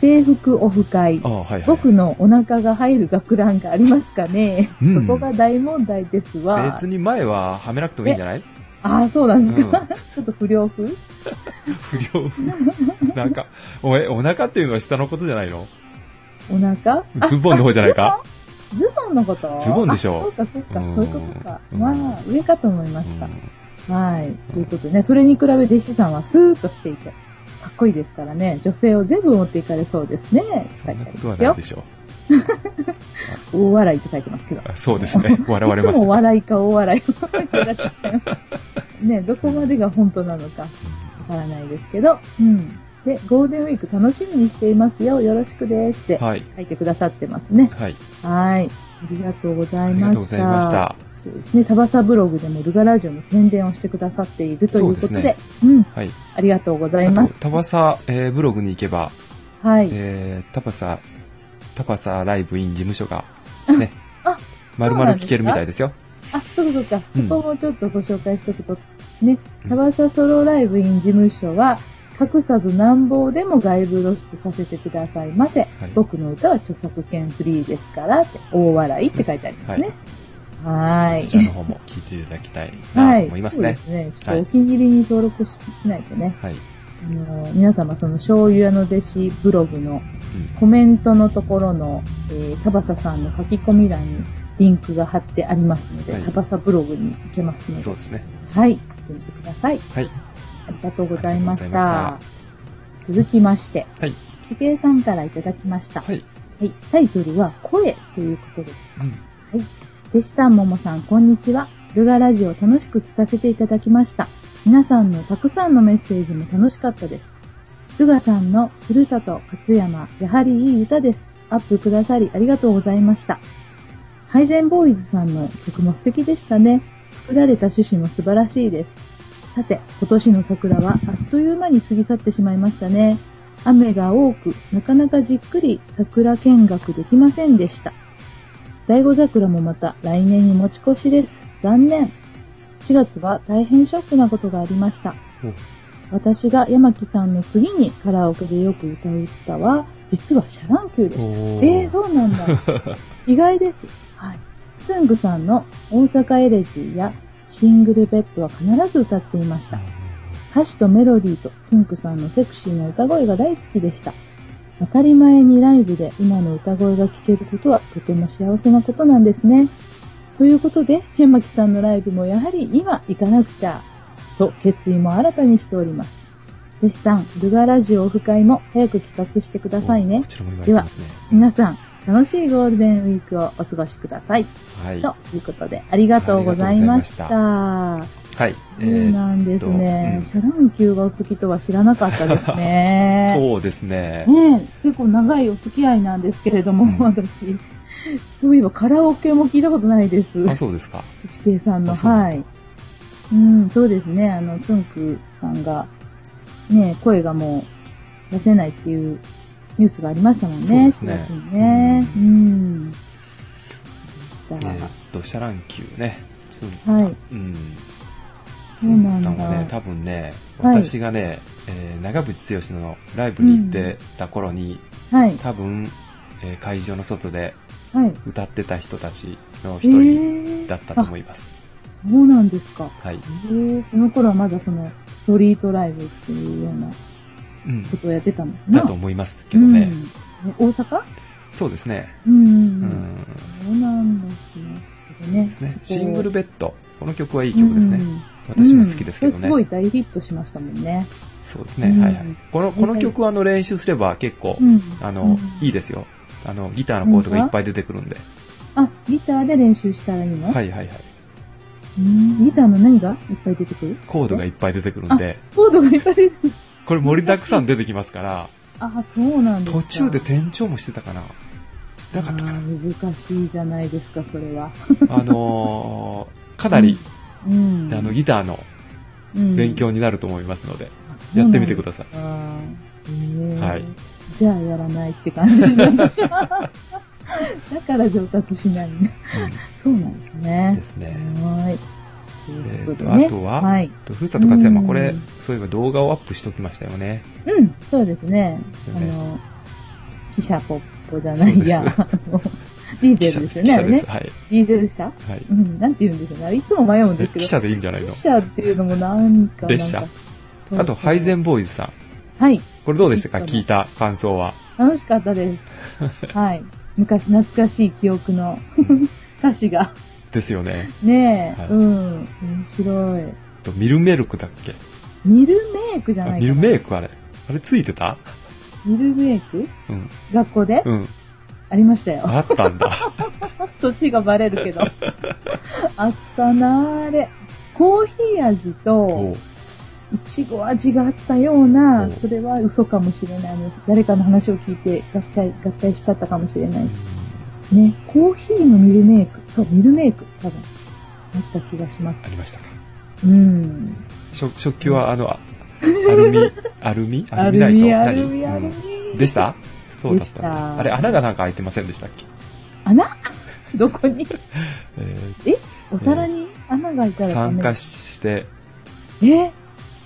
Speaker 2: 制服オフ会
Speaker 1: あ、あ、はい、はい。
Speaker 2: 僕のお腹が入る学ランがありますかね、
Speaker 1: うん
Speaker 2: そこが大問題ですわ。
Speaker 1: 別に前ははめなくてもいいんじゃない
Speaker 2: ああ、そうなんですか。
Speaker 1: うん
Speaker 2: ちょっと不良風
Speaker 1: 不良。なんか、おえ、お腹っていうのは下のことじゃないの
Speaker 2: お腹
Speaker 1: ズボンの方じゃないか
Speaker 2: ズボンのこと
Speaker 1: ズボンでしょ
Speaker 2: あそうか、そうか、
Speaker 1: うん
Speaker 2: そういうことか。
Speaker 1: うん
Speaker 2: まあ、上かと思いま
Speaker 1: う
Speaker 2: し
Speaker 1: ん
Speaker 2: た。はい。ということでね、それに比べ弟子さんはスーッとしていて、かっこいいですからね、女性を全部持っていかれそうですね。
Speaker 1: そんな
Speaker 2: 書
Speaker 1: こ
Speaker 2: いて
Speaker 1: と
Speaker 2: あ
Speaker 1: は
Speaker 2: ります
Speaker 1: ない
Speaker 2: よ
Speaker 1: で。しょう。
Speaker 2: 大笑いって書いてますけど。
Speaker 1: あそうですね。笑われ
Speaker 2: い
Speaker 1: ま
Speaker 2: つ
Speaker 1: し
Speaker 2: も
Speaker 1: た。
Speaker 2: 笑いか大笑いを書いてらっしゃいます。ね、どこまでが本当なのかわからないですけど、うん。で、ゴールデンウィーク楽しみにしていますよ。よろしくですって
Speaker 1: はい。
Speaker 2: 書いてくださってますね。
Speaker 1: はい。
Speaker 2: はい。ありがとうござ
Speaker 1: あ
Speaker 2: い
Speaker 1: り
Speaker 2: まし
Speaker 1: が
Speaker 2: た。
Speaker 1: とうございました。
Speaker 2: そうですね。タバサブログでもルガラジオの宣伝をしてくださっているということで、
Speaker 1: そうです
Speaker 2: うん。
Speaker 1: はい。
Speaker 2: ありがとうござい
Speaker 1: あ
Speaker 2: ま
Speaker 1: と
Speaker 2: す。、
Speaker 1: タバサ、えーブログに行けば、
Speaker 2: はい。
Speaker 1: えー、タパサ、タパサライブイン事務所がね、
Speaker 2: あ、
Speaker 1: 丸々聞けるみたいですよ。
Speaker 2: あ、そうそうか。
Speaker 1: うん
Speaker 2: そこもちょっとご紹介しておくと、ね、サバサソロライブイン事務所は、隠さずなんぼでも外部露出させてくださいませ。
Speaker 1: はい
Speaker 2: 僕の歌は著作権フリーですから、って大笑いって書いてありますね。は
Speaker 1: そちら
Speaker 2: ーい。
Speaker 1: の方も聞いていただきたい
Speaker 2: は。
Speaker 1: ないと思います
Speaker 2: そうで
Speaker 1: ね。
Speaker 2: すね。ちょっ
Speaker 1: は
Speaker 2: と
Speaker 1: い
Speaker 2: お気に入りに登録ししないとね。
Speaker 1: はい。
Speaker 2: あの皆様、その醤油屋の弟子ブログの
Speaker 1: うん
Speaker 2: コメントのところの、えー、タバサさんの書き込み欄にリンクが貼ってありますので、
Speaker 1: はい
Speaker 2: タバサブログに行けますの
Speaker 1: そ
Speaker 2: で
Speaker 1: う、ですね。
Speaker 2: はい、行ってみてください。
Speaker 1: はい。
Speaker 2: ありがとうございまし
Speaker 1: あ
Speaker 2: た。続きまして、
Speaker 1: はい。
Speaker 2: 地形さんからいただきました。は。
Speaker 1: はいい。
Speaker 2: タイトルは、声ということです。
Speaker 1: うん
Speaker 2: はい。弟子さん、ももさん、こんにちは。ルガラジオ楽しく聞かせていただきました。皆さんのたくさんのメッセージも楽しかったです。ルガさんのふるさと、勝山、やはりいい歌です。アップくださりありがとうございました。ハイゼンボーイズさんの曲も素敵でしたね。作られた趣旨も素晴らしいです。さて、今年の桜はあっという間に過ぎ去ってしまいましたね。雨が多く、なかなかじっくり桜見学できませんでした。醍醐桜もまた来年に持ち越しです。残念。4月は大変ショックなことがありました。
Speaker 1: お
Speaker 2: 私が山木さんの次にカラオケでよく歌う歌は、実はシャランキューでした。
Speaker 1: お
Speaker 2: ええ
Speaker 1: ー
Speaker 2: そう なんだ。意外です。はい。スングさんの大阪エレジーやシングルベッドは必ず歌っていました。歌詞とメロディーとスンクさんのセクシーな歌声が大好きでした。当たり前にライブで今の歌声が聴けることはとても幸せなことなんですね。ということで、ヘンマキさんのライブもやはり今行かなくちゃ、と決意も新たにしております。弟子さん、ルガラジオオフ会も早く企画してくださいね
Speaker 1: こ。ちらも言われてますね。
Speaker 2: 皆さん、楽しいゴールデンウィークをお過ごしください。
Speaker 1: はい。
Speaker 2: ということで、ありがとうございました。
Speaker 1: はい。え
Speaker 2: そう
Speaker 1: ー
Speaker 2: なんですね。
Speaker 1: えー。
Speaker 2: シャランキューがお好きとは知らなかったですね
Speaker 1: そうですね。
Speaker 2: ねえ結構長いお付き合いなんですけれども、
Speaker 1: うん
Speaker 2: 私。そういえばカラオケも聞いたことないです。
Speaker 1: あ、そうですか。
Speaker 2: HK さんの、
Speaker 1: あそうなんだ
Speaker 2: はい。うん、そうですね。あの、つんくさんが、ね、声がもう出せないっていうニュースがありましたもんね。
Speaker 1: そうですね
Speaker 2: 4月にね。う。
Speaker 1: うん
Speaker 2: そうで
Speaker 1: え
Speaker 2: した
Speaker 1: ーっと、シャランキューね。つんくさん。
Speaker 2: はい
Speaker 1: うん。つ
Speaker 2: そうなん
Speaker 1: ん
Speaker 2: だ
Speaker 1: くさんはね、多分ね、
Speaker 2: はい
Speaker 1: 私がね、えー長渕剛のライブに行ってた頃に、
Speaker 2: はい。
Speaker 1: 多分、えー会場の外で
Speaker 2: はい。
Speaker 1: 歌ってた人たちの
Speaker 2: え
Speaker 1: 一人
Speaker 2: ー
Speaker 1: だったと思います。
Speaker 2: あそうなんですか。
Speaker 1: はい。
Speaker 2: えー、その頃はまだその、ストリートライブっていうような
Speaker 1: うん。
Speaker 2: ことをやってたんですね。
Speaker 1: だと思いますけどね。
Speaker 2: うんね大阪
Speaker 1: そうですね。
Speaker 2: うんう
Speaker 1: うん
Speaker 2: うん。
Speaker 1: ん。
Speaker 2: そうなんですね。けど
Speaker 1: で
Speaker 2: ね
Speaker 1: すね。シングルベッド。この曲はいい曲です
Speaker 2: うんう
Speaker 1: ね。
Speaker 2: ん
Speaker 1: 私も好きですけど
Speaker 2: うんそ
Speaker 1: ね
Speaker 2: れす。ごい大ヒットしましたもんね。
Speaker 1: そうですね。
Speaker 2: うん
Speaker 1: はいはい。この、この曲はあの練習すれば結構、
Speaker 2: ん
Speaker 1: あ
Speaker 2: うん
Speaker 1: の、いいですよ。あの、ギターのコードがいっぱい出てくるんで。
Speaker 2: あ、ギターで練習したらいいの。
Speaker 1: はいいはいはい。
Speaker 2: うんギターの何がいっぱい出てくる
Speaker 1: コードがいっぱい出てくるんで、
Speaker 2: コードがいっぱい出てくる。
Speaker 1: これ盛りだくさん出てきますから、
Speaker 2: あ、そうなんですか
Speaker 1: 途中で転調もしてたかなしてなかったか
Speaker 2: あ
Speaker 1: な
Speaker 2: ー難しいじゃないですか、それは。
Speaker 1: あのー、かなり、
Speaker 2: うん。
Speaker 1: あの、ギターの
Speaker 2: うん、
Speaker 1: 勉強になると思いますので、やってみてください。
Speaker 2: さい。ねえ
Speaker 1: はい
Speaker 2: じゃあやらないって感じになってしまう。だから上達し ないんだ。そうなんです
Speaker 1: うん、
Speaker 2: ね
Speaker 1: で。すね。
Speaker 2: はーい。ということで
Speaker 1: えーとあとは
Speaker 2: はい。
Speaker 1: とふるさと勝山、
Speaker 2: うん
Speaker 1: これ、そういえば動画をアップしておきましたよね。
Speaker 2: うん、そうですね。
Speaker 1: です
Speaker 2: あ
Speaker 1: よね
Speaker 2: の、記者ポッポじゃないや、
Speaker 1: そ
Speaker 2: あのディーゼルですよね、
Speaker 1: 記
Speaker 2: あ
Speaker 1: 者
Speaker 2: れ
Speaker 1: で
Speaker 2: ね
Speaker 1: す。。はい。
Speaker 2: ディーゼル車
Speaker 1: はい。
Speaker 2: うん、なんて言うんでしょうね。あれいつも迷うん
Speaker 1: え
Speaker 2: ですけど。
Speaker 1: 記者でいいんじゃないの
Speaker 2: 記者っていうのも何かなんか。
Speaker 1: 列車あと、ハイゼ
Speaker 2: ン。
Speaker 1: ンボーイズさん。
Speaker 2: はい。
Speaker 1: これどうでしたか
Speaker 2: いいかな
Speaker 1: 聞いた感想は。
Speaker 2: 楽しかっ たです。はい。昔懐かしい記憶の歌詞が。
Speaker 1: ですよね。
Speaker 2: ねえ、
Speaker 1: はい
Speaker 2: うん。面白い。
Speaker 1: と、ミルメルクだっけ
Speaker 2: ミルメイクじゃ
Speaker 1: あ
Speaker 2: ない
Speaker 1: ミ
Speaker 2: かな
Speaker 1: ルメイクあれ。あれついてた
Speaker 2: ミルメイク
Speaker 1: うん。
Speaker 2: 学校で、
Speaker 1: うん。
Speaker 2: ありましたよ。
Speaker 1: あったん だ。
Speaker 2: 年がバレる けど。あったなあれ。コーヒー味
Speaker 1: お
Speaker 2: と、
Speaker 1: う
Speaker 2: いちご味があったような
Speaker 1: おう、
Speaker 2: それは嘘かもしれないです。誰かの話を聞いて合体、合体しちゃったかもしれないですね。コーヒーのミルメイク。そう、ミルメイク。多分。あった気がします。
Speaker 1: ありましたか。
Speaker 2: うん。
Speaker 1: 食、食器は、あの、あ アルミ、アルミア
Speaker 2: ア
Speaker 1: ルミ
Speaker 2: ル
Speaker 1: ライト
Speaker 2: ミ、アル
Speaker 1: 何
Speaker 2: ミ、アル
Speaker 1: うん
Speaker 2: ミ。
Speaker 1: でしたそうだっ
Speaker 2: でした
Speaker 1: た。あれ、穴がなんか開いてませんでしたっけ
Speaker 2: 穴 どこに
Speaker 1: え
Speaker 2: えお皿に穴が開いた
Speaker 1: ー
Speaker 2: らダ
Speaker 1: 参
Speaker 2: メ
Speaker 1: 加して、
Speaker 2: え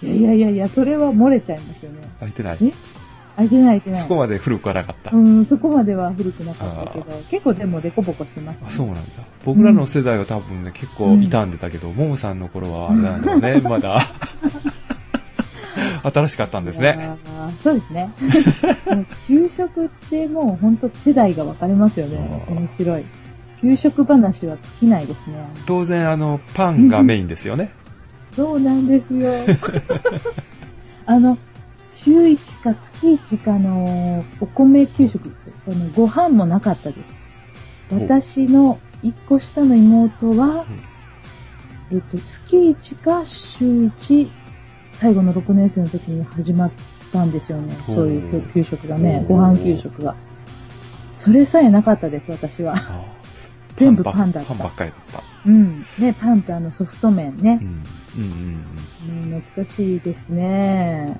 Speaker 2: いやいやいやいや、それは漏れちゃいますよね。
Speaker 1: 開いてない
Speaker 2: え。開いてない開いてない。
Speaker 1: そこまで古くはなかった。
Speaker 2: うん、そこまでは古くなかったけど、結構でもデコボコしてます、ね。
Speaker 1: あそうなんだ。僕らの世代は多分ね、結構傷んでたけど、ももさんの頃は、あれなんだろう ね、まだ。 新しかったんですね。
Speaker 2: あー。そうですね。もう給食ってもう本当世代が分かれますよね。
Speaker 1: あー
Speaker 2: 面白い。給食話は尽きないですね。
Speaker 1: 当然、あの、パンがメインですよね。
Speaker 2: そうなんですよ。 あの、週1か月1かのお米給食です、そのご飯もなかったです。
Speaker 1: お
Speaker 2: 私の1個下の妹は、えっと、月1か週1、最後の6年生の時に始まったんですよね。
Speaker 1: ほう
Speaker 2: そういう給食がね、
Speaker 1: ほ
Speaker 2: ご
Speaker 1: う
Speaker 2: 飯給食が。それさえなかったです、私は。
Speaker 1: あー
Speaker 2: 全部
Speaker 1: ば
Speaker 2: パンだった
Speaker 1: パンばっかりだった。
Speaker 2: うん。ね、パンとあのソフト麺ね
Speaker 1: う。ん。うんうんうん。
Speaker 2: うん、懐かしいですね。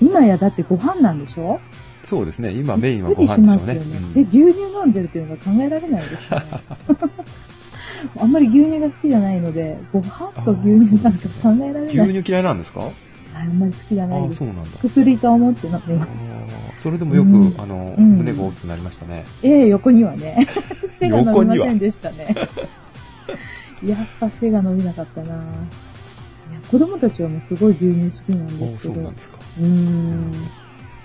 Speaker 2: 今やだってご飯なんでしょ
Speaker 1: そうですね。今メインはご飯でしょうね。
Speaker 2: びっくりします
Speaker 1: う
Speaker 2: よね
Speaker 1: ん
Speaker 2: で、牛乳飲んでるっていうのが考えられな いですね。あんまり牛乳が好きじゃないので、ご飯と牛乳なんか考えられない。
Speaker 1: 牛乳嫌いなんですか
Speaker 2: あんまり好きじゃ
Speaker 1: ああ
Speaker 2: ない
Speaker 1: ー、
Speaker 2: です。
Speaker 1: そうなんだ。
Speaker 2: 薬と思って飲んで
Speaker 1: あ
Speaker 2: ま
Speaker 1: ー
Speaker 2: す。
Speaker 1: それでもよく、
Speaker 2: うん
Speaker 1: あの、
Speaker 2: うん
Speaker 1: 胸が大きくなりましたね。
Speaker 2: ええ横に はね。手が伸
Speaker 1: 横
Speaker 2: びま
Speaker 1: には
Speaker 2: せんでしたね。やっぱ手が伸びなかったなぁいや子供たちはもうすごい牛乳好きなん
Speaker 1: あ
Speaker 2: で
Speaker 1: ー
Speaker 2: すけ
Speaker 1: そう
Speaker 2: ど。
Speaker 1: なん
Speaker 2: う
Speaker 1: ですか。
Speaker 2: ーん。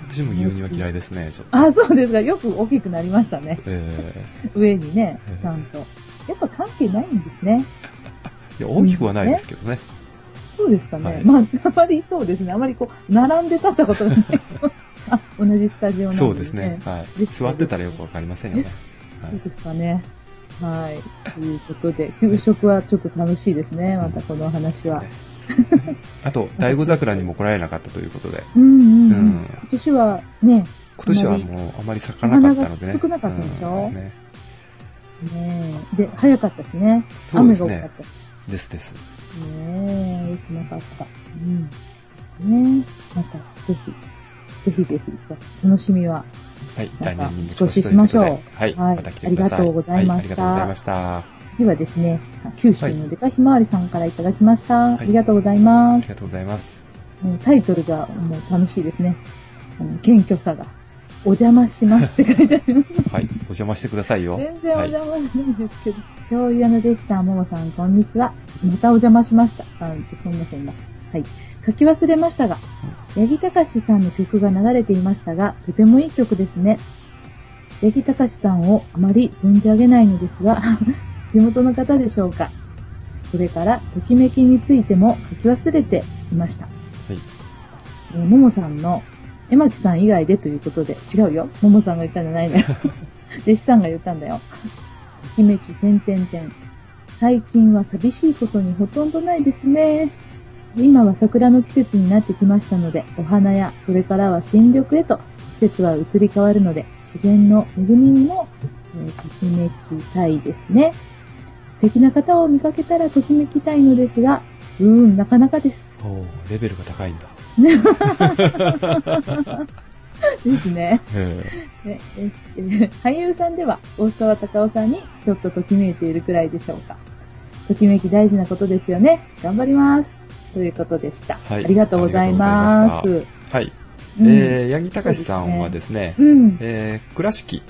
Speaker 1: 私も牛乳は嫌いですね、ちょっと。
Speaker 2: あ、そうですが、よく大きくなりましたね。
Speaker 1: え
Speaker 2: 上にね
Speaker 1: ええ、
Speaker 2: ちゃんと。やっぱ関係ないんですね。
Speaker 1: ーいや、大きくはないですけどね。
Speaker 2: そうですかね。
Speaker 1: はい
Speaker 2: まあ、あまりそうですね。あまりこう、並んで立ったことがない。 あ、同じスタジオなんで、ね。
Speaker 1: そうですね。。は
Speaker 2: で
Speaker 1: い。座ってたらよくわかりませんよね。は
Speaker 2: そう
Speaker 1: い。
Speaker 2: ですかね。はい。ということで、給食はちょっと楽しいですね。またこのお話は。
Speaker 1: あと、大五桜にも来られなかったということで、
Speaker 2: うんうん、う
Speaker 1: うん
Speaker 2: ん。今年はね、
Speaker 1: 今年はもうあまり咲かなかったのでね。
Speaker 2: お花が少なかったでしょ
Speaker 1: うんね
Speaker 2: ねで、早かったしね。
Speaker 1: そうで
Speaker 2: 雨
Speaker 1: す
Speaker 2: が多かっ
Speaker 1: ね。
Speaker 2: たし。
Speaker 1: ですです。
Speaker 2: ねえ、よくなかった。うん。ねえ、また、ぜひ、ぜひぜひ、楽しみは
Speaker 1: はい。
Speaker 2: また
Speaker 1: 来年に持ち越しということ
Speaker 2: お越ししましょ
Speaker 1: で。
Speaker 2: う
Speaker 1: はい。
Speaker 2: はい
Speaker 1: また来てください。
Speaker 2: ありがとうございま
Speaker 1: はあり
Speaker 2: した
Speaker 1: がとうございました。あ
Speaker 2: 次はですね、九州のデカひまわりさんからいただきました。
Speaker 1: い
Speaker 2: ありがとうございま
Speaker 1: り
Speaker 2: す。
Speaker 1: がとうございます。
Speaker 2: もうタイトルがもう楽しいですね。あの謙虚さが。お邪魔しますって書いてあります。
Speaker 1: はい。お邪魔してくださいよ。
Speaker 2: 全然お邪魔しないんですけど。醤油屋の弟子さん、ももさん、こんにちは。またお邪魔しました。あ、そんなそんな。はい。書き忘れましたが、八木隆さんの曲が流れていましたが、とてもいい曲ですね。八木隆さんをあまり存じ上げないのですが、 地元の方でしょうか。それから、ときめきについても書き忘れていました。
Speaker 1: はい。
Speaker 2: えーももさんの、えまきさん以外でということで、違うよ。ももさんが言ったんじゃな いのよ。弟子さんが言ったんだよ。ときめき、てんてんてん。最近は寂しいことにほとんどないですね。今は桜の季節になってきましたので、お花や、それからは新緑へと、季節は移り変わるので、自然の恵みにも、えーときめきたいですね。素敵な方を見かけたらときめきたいのですが、うーん、なかなかです。
Speaker 1: おーレベルが高いんだ。
Speaker 2: ですね。
Speaker 1: え
Speaker 2: ねええ俳優さんでは大沢たかおさんにちょっとときめいているくらいでしょうか。ときめき大事なことですよね。頑張ります。ということでした。
Speaker 1: はい
Speaker 2: ありがとうございま
Speaker 1: ありがとうござ
Speaker 2: す。
Speaker 1: ーはい。
Speaker 2: うん
Speaker 1: えー、八木隆さんはですね、
Speaker 2: うん。
Speaker 1: えー、倉敷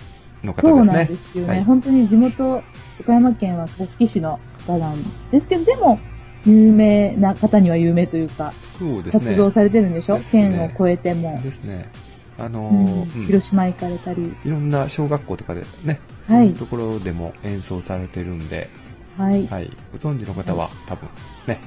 Speaker 1: の方
Speaker 2: そ
Speaker 1: で
Speaker 2: う
Speaker 1: す
Speaker 2: なん
Speaker 1: ね
Speaker 2: で。すよ
Speaker 1: は
Speaker 2: ね。
Speaker 1: い
Speaker 2: 本当に地元、岡山県は倉敷市の方なんですけど、でも、有名な方には有名というか、
Speaker 1: そうです
Speaker 2: 活
Speaker 1: ね。
Speaker 2: 動されてるんでしょ
Speaker 1: ですね
Speaker 2: 県を越えても。
Speaker 1: ですね。あの
Speaker 2: うん
Speaker 1: ー、うん
Speaker 2: 広島行かれたり。
Speaker 1: いろんな小学校とかでね、そ
Speaker 2: は
Speaker 1: う
Speaker 2: い
Speaker 1: いうところでも演奏されてるんで、
Speaker 2: はい。
Speaker 1: はい、ご存知の方は多分ね、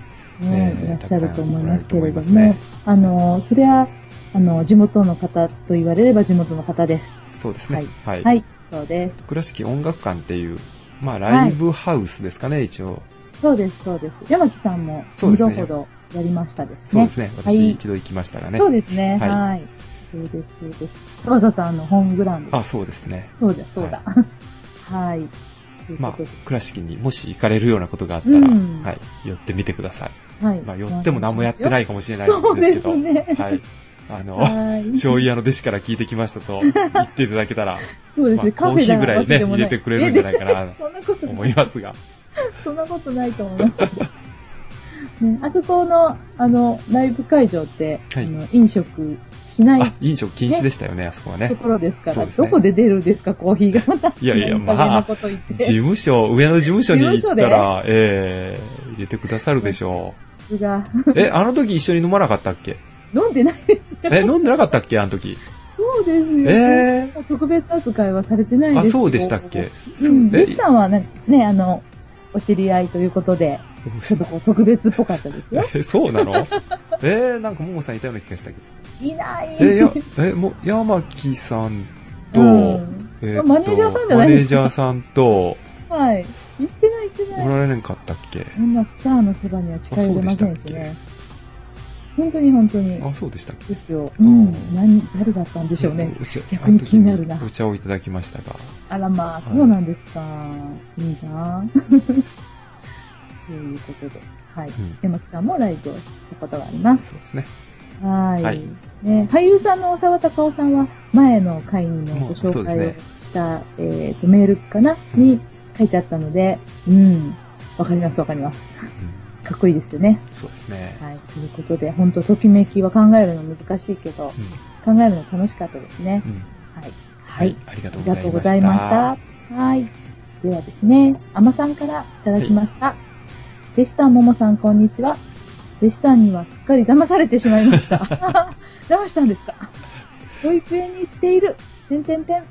Speaker 2: ね
Speaker 1: えー
Speaker 2: いらっしゃると思いますけれど
Speaker 1: たくさんおら
Speaker 2: も、
Speaker 1: れると思い
Speaker 2: あの、それは、あの、地元の方と言われれば地元の方です。
Speaker 1: そうですね、はい、
Speaker 2: はい、そうで
Speaker 1: 倉敷音楽館っていう、まあライブハウスですかね、一応。
Speaker 2: す。そうです、そうです。山木さんも
Speaker 1: そう
Speaker 2: 2
Speaker 1: です
Speaker 2: 度
Speaker 1: ね
Speaker 2: ほどやりましたです
Speaker 1: そう
Speaker 2: ね
Speaker 1: で。すね、
Speaker 2: はい
Speaker 1: 私一度行きましたがね
Speaker 2: そう。ですね、
Speaker 1: はい
Speaker 2: はい。そうです、そうです。川田さんのホームグラウンド。
Speaker 1: あ、そうですね。
Speaker 2: そうだ、そうだ。はい。というこ
Speaker 1: まあ
Speaker 2: とで、
Speaker 1: 倉敷にもし行かれるようなことがあったら、
Speaker 2: うん
Speaker 1: はい、寄ってみてください。
Speaker 2: はい
Speaker 1: まあ、寄っても何もやってないいかもしれない
Speaker 2: そうん
Speaker 1: です
Speaker 2: で
Speaker 1: け
Speaker 2: す
Speaker 1: ど、
Speaker 2: ね。
Speaker 1: はい、あの、
Speaker 2: はい
Speaker 1: 醤油屋の弟子から聞いてきました と言っていただけたら、
Speaker 2: そうです
Speaker 1: まあ
Speaker 2: ね、
Speaker 1: コ
Speaker 2: カ
Speaker 1: ー
Speaker 2: フェ
Speaker 1: ヒー
Speaker 2: だ
Speaker 1: ぐらいね、入れてくれるんじゃない
Speaker 2: か。
Speaker 1: かなと
Speaker 2: そんなこと
Speaker 1: 思
Speaker 2: ない
Speaker 1: います が。
Speaker 2: そんなことないと 思います。ね、あそこの、あの、ライブ会場って、
Speaker 1: はい
Speaker 2: あの飲食しな
Speaker 1: あ
Speaker 2: い、
Speaker 1: 飲食禁止でしたよね、あそこは
Speaker 2: と
Speaker 1: ね。
Speaker 2: ころですか
Speaker 1: そ
Speaker 2: ら、
Speaker 1: うです
Speaker 2: ど
Speaker 1: ね
Speaker 2: こで出るんですか、コーヒーがまた。
Speaker 1: いやいや
Speaker 2: 何か 変なこと言っ
Speaker 1: 事
Speaker 2: て。
Speaker 1: 務所、上の事務所に行ったら、ええ入れてくださるでしょ
Speaker 2: 僕が、
Speaker 1: う。え、あの時一緒に飲まなかったっけ
Speaker 2: 飲んでないです。
Speaker 1: え、飲んでなかったっけあの時。
Speaker 2: そうですよ。
Speaker 1: え
Speaker 2: もう特別扱いはされてない
Speaker 1: ー、
Speaker 2: で
Speaker 1: あ、
Speaker 2: す
Speaker 1: そうでしたっけ
Speaker 2: う
Speaker 1: す
Speaker 2: ん。
Speaker 1: え
Speaker 2: 西さんはなんかね、あの、お知り合いということで、ちょっとこう特別っぽかったですよ。
Speaker 1: え、そうなのえー、なんかももさんいたような気がしたけど。
Speaker 2: いない。
Speaker 1: え、や、え、もう、山木さんと、
Speaker 2: うん
Speaker 1: えーと
Speaker 2: マネージャーさんじゃない
Speaker 1: マネ
Speaker 2: で
Speaker 1: ー
Speaker 2: す
Speaker 1: ジ
Speaker 2: か
Speaker 1: ャーさんと、
Speaker 2: はい。行ってない行ってない
Speaker 1: お。られなかったっけ
Speaker 2: そんなスターのそばには近寄れませんし
Speaker 1: あそうでした
Speaker 2: ね。本当に本当に。
Speaker 1: あ、そうでしたっけ
Speaker 2: ですよ。
Speaker 1: う
Speaker 2: うんん。何、誰だったんでしょうね。
Speaker 1: お茶
Speaker 2: 逆に気になるな
Speaker 1: あの時お茶をいただきましたが。
Speaker 2: あらまあ、
Speaker 1: はい
Speaker 2: そうなんですか。いいな ということで。はい。
Speaker 1: ん
Speaker 2: 山木さんもライブをしたことがあります。
Speaker 1: そうですね。
Speaker 2: はい,、
Speaker 1: はい
Speaker 2: ね。俳優さんの大沢隆夫さんは、前の回にも
Speaker 1: もう
Speaker 2: ご
Speaker 1: そうで
Speaker 2: 紹介
Speaker 1: す
Speaker 2: を
Speaker 1: ね
Speaker 2: した、えっ、と、メールかな
Speaker 1: うん
Speaker 2: に書いてあったので、うん。わかります、わかります。
Speaker 1: うん
Speaker 2: かっこいいですよね。
Speaker 1: そうですね。
Speaker 2: はい、ということで、本当ときめきは考えるの難しいけど、考えるの楽しかったですね
Speaker 1: う。んうん
Speaker 2: はい。
Speaker 1: は
Speaker 2: はいい。、
Speaker 1: ありがと
Speaker 2: あ
Speaker 1: う
Speaker 2: り
Speaker 1: ご
Speaker 2: が
Speaker 1: ざいました。
Speaker 2: とうございました。はい。ではですね、あまさんからいただきました。弟子さん、ももさん、こんにちは。弟子さんにはすっかり騙されてしまいました。 騙したんですか保育園に行っている。てんてんてん。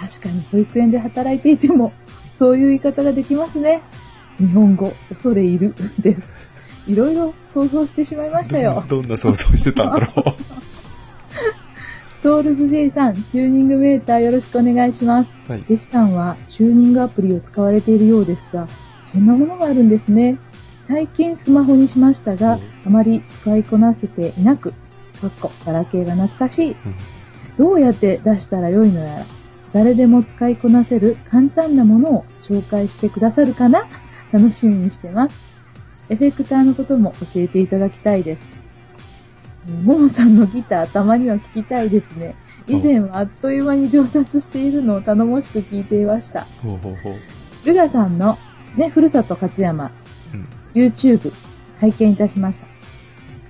Speaker 2: 確かに保育園で働いていても、そういう言い方ができますね。日本語、恐れ入る、です。いろいろ想像してしまいました よ。
Speaker 1: どんどんな想像してたんだろ
Speaker 2: ソウルズ J さん、チューニングメーターよろしくお願いします。
Speaker 1: う。はい。
Speaker 2: 弟子さんはチューニングアプリを使われているようですが、そんなものがあるんですね。最近スマホにしました
Speaker 1: う
Speaker 2: が
Speaker 1: ん、
Speaker 2: あまり使いこなせていなく、かっこ、ガラケーが懐かしい。どうやって出したらよいのやら、誰でも使いこなせる簡単なものを紹介してくださるかな楽しみにしてます。エフェクターのことも教えていただきたいです。えーももさんのギターたまには聞きたいですね。以前はあっという間に上達しているのを頼もしく聞いていました。
Speaker 1: ほうほうほう。
Speaker 2: ルガさんの、ね、ふるさと勝山、
Speaker 1: うん。
Speaker 2: YouTube 拝見いたしました。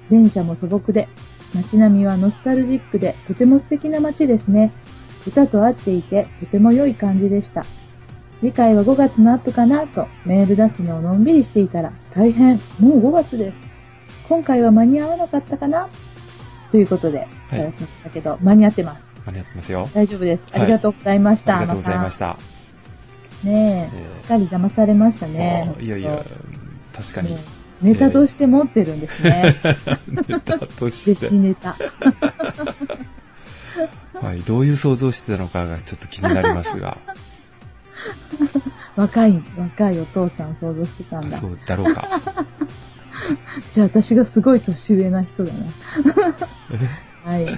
Speaker 2: 電車も素朴で、街並みはノスタルジックで、とても素敵な街ですね。歌と合っていて、とても良い感じでした。次回は5月のアップかなとメール出すのをのんびりしていたら、大変、もう5月です。今回は間に合わなかったかなということで、
Speaker 1: はい
Speaker 2: いただきましたけど、間に合ってます。
Speaker 1: ありがとうございますよ。
Speaker 2: 大丈夫です。
Speaker 1: はい
Speaker 2: ありがとうございまし
Speaker 1: あ
Speaker 2: た。。
Speaker 1: りがとうございましたた。
Speaker 2: ねえ、
Speaker 1: え
Speaker 2: すっかり騙されました
Speaker 1: ー
Speaker 2: ね
Speaker 1: あ。ーいやいや、確かに
Speaker 2: ね。ネタとして持ってるんで すね。
Speaker 1: ネタとし
Speaker 2: 弟
Speaker 1: て
Speaker 2: 子。ネタ。
Speaker 1: はい、どういう想像してたのかがちょっと気になりますが、
Speaker 2: 若い、若いお父さんを想像してたんだ
Speaker 1: そ。うだろうか。
Speaker 2: じゃあ私がすごい年上な人だな。はい。
Speaker 1: はい、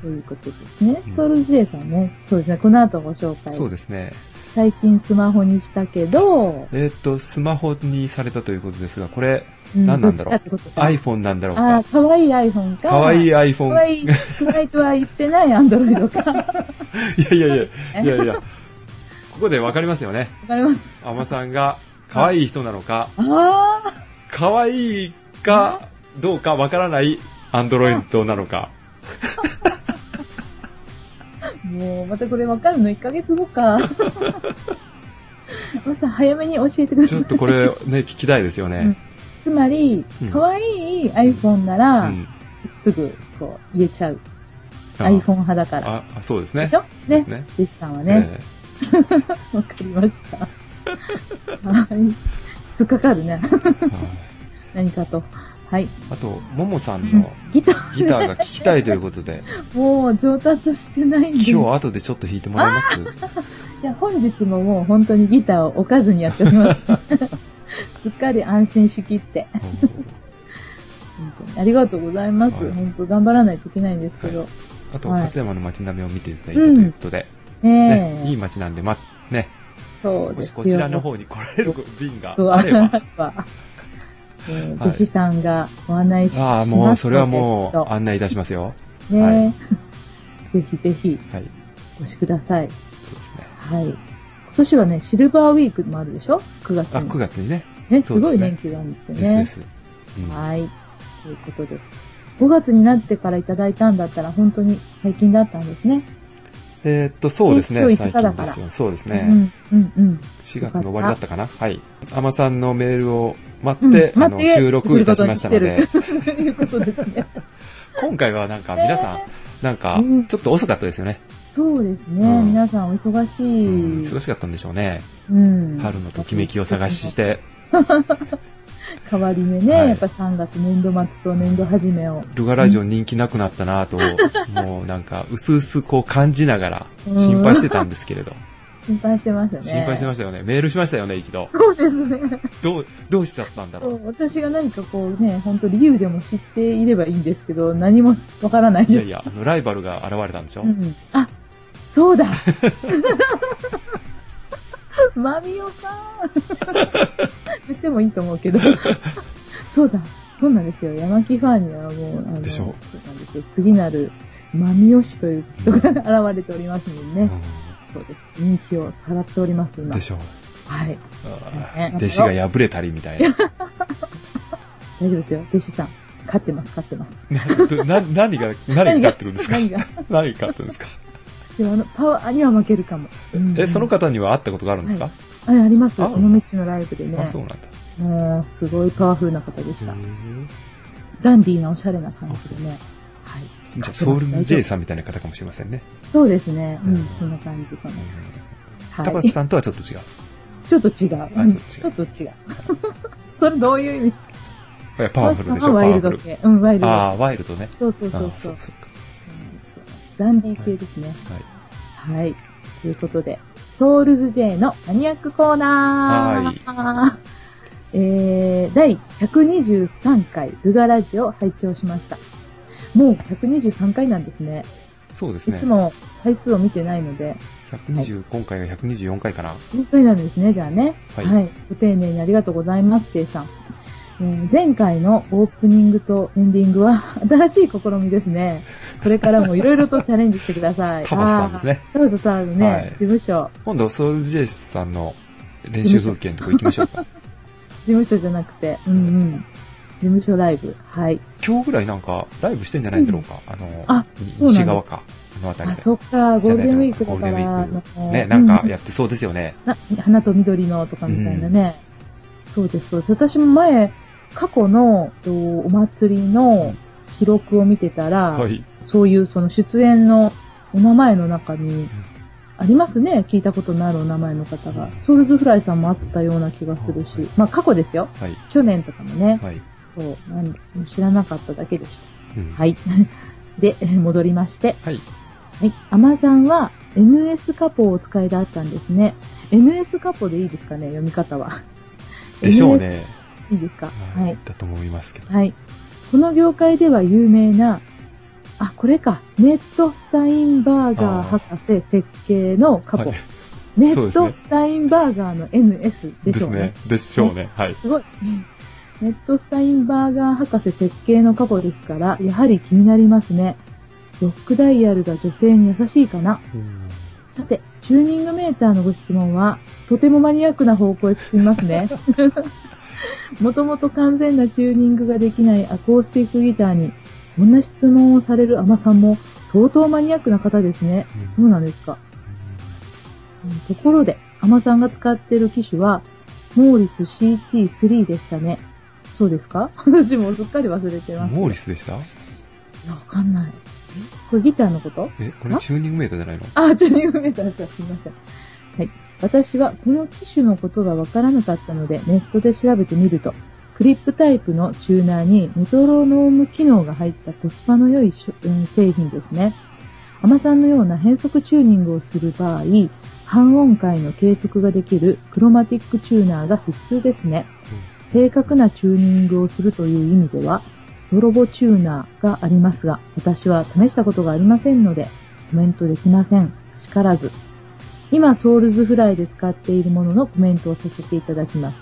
Speaker 2: ということですね
Speaker 1: うん。
Speaker 2: ソウルジェイさんね。そうですね。この後ご紹介。
Speaker 1: そうですね。
Speaker 2: 最近スマホにしたけど、
Speaker 1: えーっと、スマホにされたということですが、これ、
Speaker 2: う
Speaker 1: 何なんだろう
Speaker 2: どっちかってことか
Speaker 1: iPhone なんだろう
Speaker 2: ああ、
Speaker 1: か。
Speaker 2: かわいい iPhone か。
Speaker 1: かわいい
Speaker 2: か
Speaker 1: iPhone。
Speaker 2: わいい。スマイトは言ってない Android か。わか
Speaker 1: い やいやいや、いやいや、ここでわかりますよね。
Speaker 2: ります。
Speaker 1: アマさんが、可愛い人なのか、
Speaker 2: ああ、
Speaker 1: 可愛いかどうかわからないアンドロイドなのか。
Speaker 2: もう、またこれわかるの1ヶ月後 か。まさん、早めに教えてくだ
Speaker 1: ち
Speaker 2: さ
Speaker 1: ょ
Speaker 2: い
Speaker 1: っ。とこれね、 聞きたいですよね。
Speaker 2: つまり
Speaker 1: うん、
Speaker 2: 可愛い iPhone な
Speaker 1: う
Speaker 2: ら、
Speaker 1: ん。
Speaker 2: すぐ、こう、言えちゃう。
Speaker 1: あ
Speaker 2: iPhone 派だから。
Speaker 1: あ、あそうです
Speaker 2: で
Speaker 1: ね
Speaker 2: し。ょ
Speaker 1: で
Speaker 2: ね
Speaker 1: す。ね。
Speaker 2: 弟子さんはね。
Speaker 1: え
Speaker 2: わかりました。はい。突っかかるね。
Speaker 1: えはい
Speaker 2: 何かと。はい。
Speaker 1: あと、ももさんの
Speaker 2: ギター。
Speaker 1: ギターが聴きたいということで、
Speaker 2: もう上達してないん
Speaker 1: 今
Speaker 2: で。
Speaker 1: 日後でちょっと弾いてもらえ ます
Speaker 2: いや、本日ももう本当にギターを置かずにやっております。 すっかり安心しきって。本当にありがとうございます。
Speaker 1: はい
Speaker 2: 本当頑張らないといけないんですけど。
Speaker 1: あと、
Speaker 2: はい
Speaker 1: 勝山の街並みを見ていただいたということで、
Speaker 2: ね
Speaker 1: ね
Speaker 2: え。
Speaker 1: いい街なんで、ま、ね、
Speaker 2: そう
Speaker 1: も
Speaker 2: です
Speaker 1: し
Speaker 2: よ
Speaker 1: こちらの方に来られる便が
Speaker 2: そう、
Speaker 1: あれば、
Speaker 2: ば。えー
Speaker 1: はい
Speaker 2: 弟子さんがご案内し
Speaker 1: あ
Speaker 2: ま
Speaker 1: あ、
Speaker 2: す
Speaker 1: もう、それはも
Speaker 2: の
Speaker 1: う、案内いたしますよ。
Speaker 2: でね、
Speaker 1: は
Speaker 2: ぜひぜひ
Speaker 1: はい。
Speaker 2: お越しください。
Speaker 1: そうですね。
Speaker 2: はい。今年はね、シルバーウィークもあるでしょ ?9 月
Speaker 1: あ、
Speaker 2: に。
Speaker 1: 9月にね。
Speaker 2: ね、す
Speaker 1: そうですね
Speaker 2: ごい連休があるんですよ
Speaker 1: ですで
Speaker 2: ね。
Speaker 1: す。うん
Speaker 2: はい。ということで。5月になってからいただいたんだったら、本当に最近だったんですね。
Speaker 1: えーっと、そうですね
Speaker 2: え。今
Speaker 1: 最
Speaker 2: 日5日だ
Speaker 1: 近
Speaker 2: か
Speaker 1: で
Speaker 2: ら
Speaker 1: すよ。そうです
Speaker 2: う
Speaker 1: ね。
Speaker 2: ん、うん、うん。
Speaker 1: 4月の終わりだったかな。はい。アマさんのメールを待っ
Speaker 2: うん
Speaker 1: て、あ
Speaker 2: 待
Speaker 1: の、
Speaker 2: って
Speaker 1: 収録いたしましたので、
Speaker 2: ということですね。
Speaker 1: 今回はなんか皆さん、なんか
Speaker 2: うん、
Speaker 1: ちょっと遅かったですよね。
Speaker 2: そうですね。
Speaker 1: うん
Speaker 2: 皆さんお忙し
Speaker 1: う
Speaker 2: い。
Speaker 1: ん、忙しかったんでしょうね。
Speaker 2: うん
Speaker 1: 春のときめきを探しし。て、
Speaker 2: 代わりにね、
Speaker 1: はい
Speaker 2: やっぱ3月年度末と年度始めを。
Speaker 1: ルガラジオ人気なくなったなぁ と、もうなんか、薄々こう感じながら、心配してたんですけれど。
Speaker 2: 心配してましたね。
Speaker 1: 心配してましたよね。メールしましたよね、一 度。
Speaker 2: そうですね。
Speaker 1: どう、どうしちゃったんだ
Speaker 2: そ
Speaker 1: ろう。
Speaker 2: う私が何かこうね、本当理由でも知っていればいいんですけど、何もわからない
Speaker 1: いや
Speaker 2: です。
Speaker 1: いや、あの、ライバルが現れたんでしょ、
Speaker 2: うん。あ、そうだマミオさん言ってもいいと思うけど。そうだ。そうなんですよ。山木ファンにはもう、あの、
Speaker 1: でしょう
Speaker 2: そうなんですよ。次なる、マミオ氏という人が現れておりますのでね。
Speaker 1: う
Speaker 2: そうです。人気をさらっております、
Speaker 1: ん
Speaker 2: 今
Speaker 1: で。しょう。
Speaker 2: はい。
Speaker 1: あー弟子が破れたりみたいな。
Speaker 2: 大丈夫ですよ。弟子さん。勝ってます、勝ってます。
Speaker 1: など な何が、何が勝ってるんですか
Speaker 2: 何が
Speaker 1: 何が勝ってるんですか
Speaker 2: でもあの、パワーには負けるかも。うん
Speaker 1: え、その方には会ったことがあるんですか、
Speaker 2: ああります。
Speaker 1: あ
Speaker 2: 尾道のライブでね。
Speaker 1: あ、そうなんだ。
Speaker 2: もう、すごいパワフルな方でし
Speaker 1: う
Speaker 2: た。
Speaker 1: ん
Speaker 2: ダンディーなおしゃれな感じでね。はい。
Speaker 1: じゃあ、ソウルズ J さんみたいな方かもしれませんね。
Speaker 2: そうですね。う
Speaker 1: うんん、
Speaker 2: そんな感じかな。
Speaker 1: タ
Speaker 2: は
Speaker 1: バ
Speaker 2: い。
Speaker 1: ス
Speaker 2: ち
Speaker 1: さんとはちょっと違う。
Speaker 2: ょっと違う。うん ち
Speaker 1: そ
Speaker 2: ょ
Speaker 1: う
Speaker 2: っと違う。 それどういう意味
Speaker 1: いやパワフルでしょ、パ
Speaker 2: ワイ
Speaker 1: ワ
Speaker 2: ル
Speaker 1: フ
Speaker 2: ド
Speaker 1: ル。
Speaker 2: 系。うん、ワイルド
Speaker 1: ああ、ワイルドね。
Speaker 2: そうそう
Speaker 1: あ
Speaker 2: そう
Speaker 1: ー
Speaker 2: そ
Speaker 1: そうう。そうか。
Speaker 2: ダンディー系ですね。
Speaker 1: はい。
Speaker 2: はい。ということで、ソウルズ J のマニアックコーナー。えー、第123回ルガラジオを拝聴しました。もう123回なんですね。
Speaker 1: そうです
Speaker 2: い
Speaker 1: ね
Speaker 2: つ。も回数を見てないので、
Speaker 1: 120、今回が124回かな。
Speaker 2: 1回なんですね、じゃあね。
Speaker 1: はい
Speaker 2: ご丁寧にありがとうございます、J さん。えー前回のオープニングとエンディングは新しい試みですね。これからもいろいろとチャレンジしてください。
Speaker 1: タバスさんですね。
Speaker 2: あー。そうそうそうね、
Speaker 1: はい
Speaker 2: 事務所。
Speaker 1: 今度、ソウルジェイスさんの練習風景のとこ行きましょうか。
Speaker 2: 事務所じゃなくて、うんうん。事務所ライブ。はい。
Speaker 1: 今日ぐらいなんか、ライブしてんじゃないんだろうか。あの、
Speaker 2: あそうなの
Speaker 1: 西側か。あの辺
Speaker 2: あ
Speaker 1: り、で。
Speaker 2: そっか、ゴールデンウィークだ
Speaker 1: ゴー
Speaker 2: か
Speaker 1: ルデンウィ
Speaker 2: ら、
Speaker 1: ー
Speaker 2: あの
Speaker 1: ク。ね、なんかやってそうですよね。
Speaker 2: な、花と緑のとかみたいなね。そうです、そうです。私も前、過去のえっとお祭りの記録を見てたら、
Speaker 1: はい。
Speaker 2: そういうその出演のお名前の中に、ありますね。聞いたことのあるお名前の方が。ソウルズフライさんもあったような気がするし。
Speaker 1: はい
Speaker 2: まあ過去ですよ。
Speaker 1: はい。
Speaker 2: 去年とかもね。
Speaker 1: はい。
Speaker 2: そう。なん知らなかっただけでした。
Speaker 1: うんは
Speaker 2: はい。 で、えー戻りまして。
Speaker 1: い。
Speaker 2: はい。アマザンは NS カポをお使いであったんですね。NS カポでいいですかね読み方は。
Speaker 1: でしょう。ね。
Speaker 2: いいですかは
Speaker 1: はいい。。だと思いますけど。
Speaker 2: はい。この業界では有名な、あ、これか。ネットスタインバーガー博士設計のカポ。
Speaker 1: はい
Speaker 2: ネ
Speaker 1: そう
Speaker 2: ッ
Speaker 1: です
Speaker 2: ト
Speaker 1: ね
Speaker 2: スタインバーガーの NS で
Speaker 1: で
Speaker 2: しょ
Speaker 1: す
Speaker 2: うね。
Speaker 1: ね。でしょうね。はい。
Speaker 2: すごい。ネットスタインバーガー博士設計の過去ですから、やはり気になりますね。ロックダイヤルが女性に優しいかなさて、チューニングメーターのご質問は、とてもマニアックな方向へ進みます ね。もともと完全なチューニングができないアコースティックギターに、こんな質問をされるアマさんも相当マニアックな方ですね。
Speaker 1: う
Speaker 2: そ
Speaker 1: ん
Speaker 2: うなんですか。うんところで、アマさんが使ってる機種は、モーリス CT3 でしたね。そうですか 私もうすっかり忘れてます。
Speaker 1: モーリスでした
Speaker 2: いや、わかんない。これギターのこと
Speaker 1: え、これチューニングメーターじゃないの
Speaker 2: あ、チューニングメーターですすみません。はい。私はこの機種のことがわからなかったので、ネットで調べてみると、クリップタイプのチューナーにメトロノーム機能が入ったコスパの良いしゅ、うん製品ですね。アマさんのような変速チューニングをする場合、半音階の計測ができるクロマティックチューナーが必須ですね。正確なチューニングをするという意味では、ストロボチューナーがありますが、私は試したことがありませんので、コメントできません。しからず。今、ソウルズフライで使っているもののコメントをさせていただきます。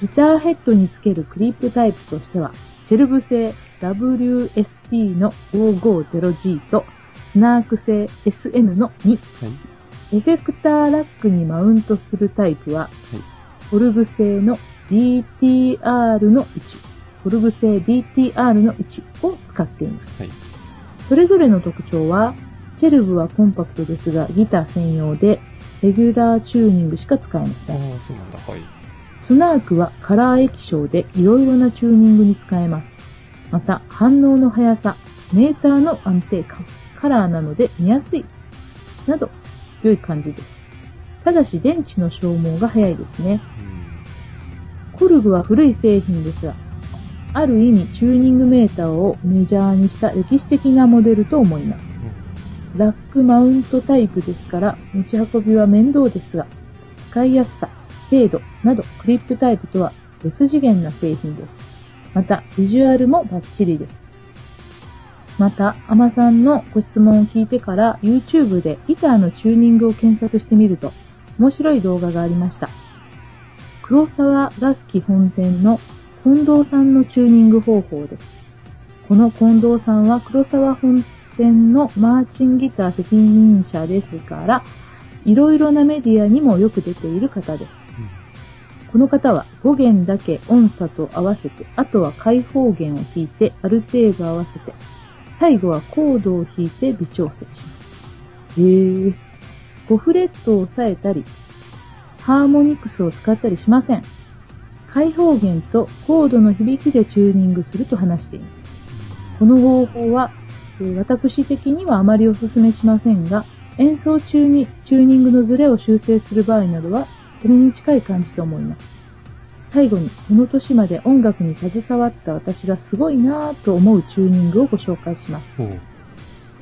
Speaker 2: ギターヘッドにつけるクリップタイプとしては、チェルブ製 WST の 550G と、スナーク製 SN の2。
Speaker 1: はい。
Speaker 2: エフェクターラックにマウントするタイプは、コルブ製の DTR の1、コルブ製 DTR の1を使っています。
Speaker 1: はい。
Speaker 2: それぞれの特徴は、チェルブはコンパクトですがギター専用で、レギュラーチューニングしか使えま
Speaker 1: あ
Speaker 2: せん。
Speaker 1: あ、そうなんだ。はい。
Speaker 2: スナークはカラー液晶でいろいろなチューニングに使えます。また、反応の速さ、メーターの安定感、カラーなので見やすい、など、良い感じです。ただし、電池の消耗が早いですね。コルグは古い製品ですが、ある意味チューニングメーターをメジャーにした歴史的なモデルと思います。ラックマウントタイプですから持ち運びは面倒ですが、使いやすさ、精度などクリップタイプとは別次元な製品です。また、ビジュアルもバッチリです。また、アマさんのご質問を聞いてから YouTube でギターのチューニングを検索してみると面白い動画がありました。黒沢楽器本店の近藤さんのチューニング方法です。この近藤さんは黒沢本店のマーチンギター責任者ですから、いろいろなメディアにもよく出ている方です。この方は5弦だけ音差と合わせて、あとは開放弦を弾いて、ある程度合わせて、最後はコードを弾いて微調整します。へえ。5フレットを押さえたり、ハーモニクスを使ったりしません。開放弦とコードの響きでチューニングすると話しています。この方法は、えー私的にはあまりお勧めしませんが、演奏中にチューニングのズレを修正する場合などは、それに近い感じと思います。最後に、この年まで音楽に携わった私がすごいなぁと思うチューニングをご紹介しま
Speaker 1: う
Speaker 2: す。
Speaker 1: ん。おう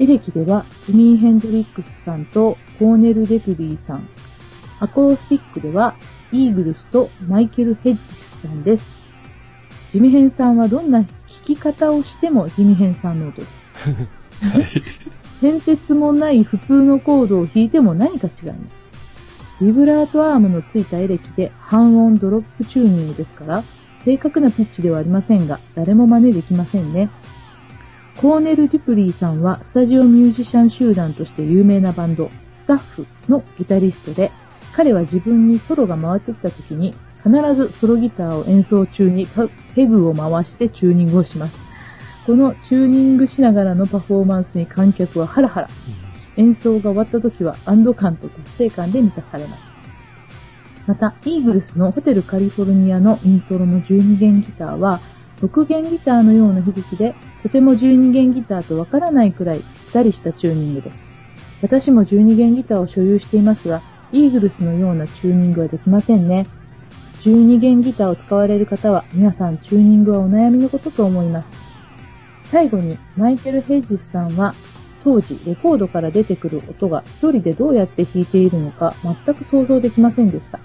Speaker 2: エレキでは、ジミー・ヘンドリックスさんとコーネル・デピビーさん。アコースティックでは、イーグルスとマイケル・ヘッジスさんです。ジミヘンさんはどんな弾き方をしてもジミヘンさんの音です。変哲もない普通のコードを弾いても何か違います。ビブラートアームのついたエレキで半音ドロップチューニングですから、正確なピッチではありませんが、誰も真似できませんね。コーネル・デュプリーさんはスタジオミュージシャン集団として有名なバンド、スタッフのギタリストで、彼は自分にソロが回ってきた時に、必ずソロギターを演奏中にペペグを回してチューニングをします。このチューニングしながらのパフォーマンスに観客はハラハラ。演奏が終わった時は安堵感と達成感で満たされます。また、イーグルスのホテルカリフォルニアのイントロの12弦ギターは、6弦ギターのような響きで、とても12弦ギターとわからないくらいぴったりしたチューニングです。私も12弦ギターを所有していますが、イーグルスのようなチューニングはできませんね。12弦ギターを使われる方は、皆さんチューニングはお悩みのことと思います。最後に、マイケル・ヘイジスさんは、当時、レコードから出てくる音が一人でどうやって弾いているのか全く想像できませんでした。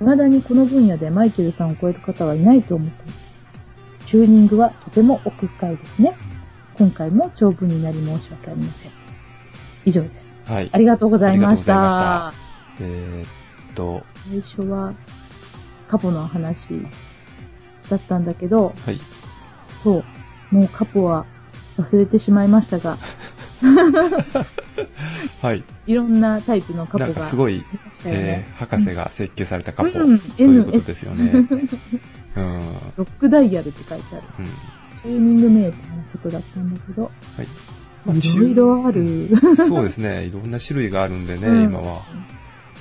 Speaker 2: 未だにこの分野でマイケルさんを超える方はいないと思っています。チューニングはとても奥深いですね。今回も長文になり申し訳ありません。以上です。
Speaker 1: はい
Speaker 2: あ。りがとうございました。
Speaker 1: あえーっと、
Speaker 2: 最初は、カポの話だったんだけど、
Speaker 1: はい。
Speaker 2: そう、もうカポは忘れてしまいましたが、
Speaker 1: はい。
Speaker 2: いろんなタイプのカポ
Speaker 1: な
Speaker 2: が
Speaker 1: ん
Speaker 2: い
Speaker 1: か
Speaker 2: まし
Speaker 1: すごい、
Speaker 2: たよ
Speaker 1: え
Speaker 2: ね。
Speaker 1: ー、博士が設計されたカポと
Speaker 2: うん
Speaker 1: いうことですよね。うん。 うん。
Speaker 2: ロックダイヤルって書いてある。チューニングメーターのことだったんだけど、
Speaker 1: まあ
Speaker 2: いろいろある。
Speaker 1: そうですね。いろんな種類があるんでね、
Speaker 2: うん
Speaker 1: 今は。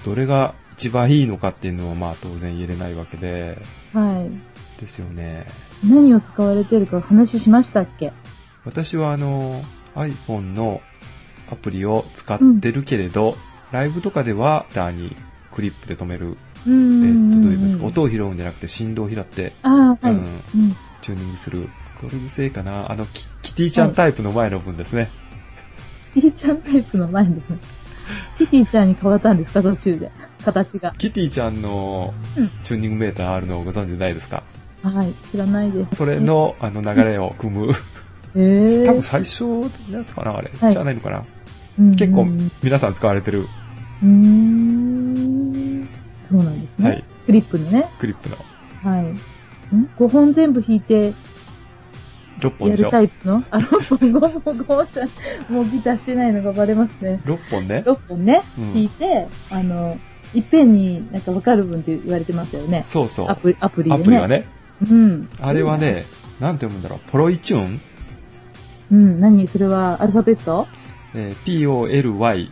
Speaker 1: どれが一番いいのかっていうのは、まあ当然言えれないわけで、
Speaker 2: はい。
Speaker 1: ですよね。
Speaker 2: 何を使われてるか話しましたっけ
Speaker 1: 私はあの、iPhone のアプリを使ってるけれど、ライブとかでは、ダーにクリップで止める、
Speaker 2: うー
Speaker 1: えーっ
Speaker 2: ん。
Speaker 1: と、どういうんですか、音を拾うんじゃなくて振動を拾って、
Speaker 2: ああ、はい。
Speaker 1: う
Speaker 2: うん
Speaker 1: ん、
Speaker 2: う
Speaker 1: チューニングする。これのせいかなあの、キキティちゃんタイプの前の分ですね。
Speaker 2: ん。キティちゃんタイプの前ですね。キティちゃんに変わったんですか途中で。形が。
Speaker 1: キティちゃんの
Speaker 2: うん
Speaker 1: チューニングメーターあるのをご存知ないですか
Speaker 2: はい。知らないです。
Speaker 1: それの、あの、流れを組む。
Speaker 2: えー、
Speaker 1: 多分最初のやつかなあれ。
Speaker 2: はい
Speaker 1: じゃないのかな
Speaker 2: うん
Speaker 1: 結
Speaker 2: う
Speaker 1: 構
Speaker 2: ん
Speaker 1: 皆さん使われてる、
Speaker 2: うーん。そうなんですね。
Speaker 1: はい
Speaker 2: クリップのね。
Speaker 1: クリップの。
Speaker 2: はい。ん ?5 本全部弾いて
Speaker 1: 6本
Speaker 2: や
Speaker 1: でし
Speaker 2: る
Speaker 1: ょ
Speaker 2: タイプのあ、6本、5本、5本じゃんもうギターしてないのがバレますね。
Speaker 1: ?6 本ね。
Speaker 2: 6本ね、
Speaker 1: うん
Speaker 2: 弾いて、あの、いっぺんになんかわかる分って言われてますよね。
Speaker 1: そうそう。
Speaker 2: ア
Speaker 1: ア
Speaker 2: プリ、アプリでね。
Speaker 1: プリはね。
Speaker 2: うん。
Speaker 1: あれはね、なんて読むんだろう。ポロイチューン
Speaker 2: うん、何それはアルファベット
Speaker 1: えー ?P-O-L-Y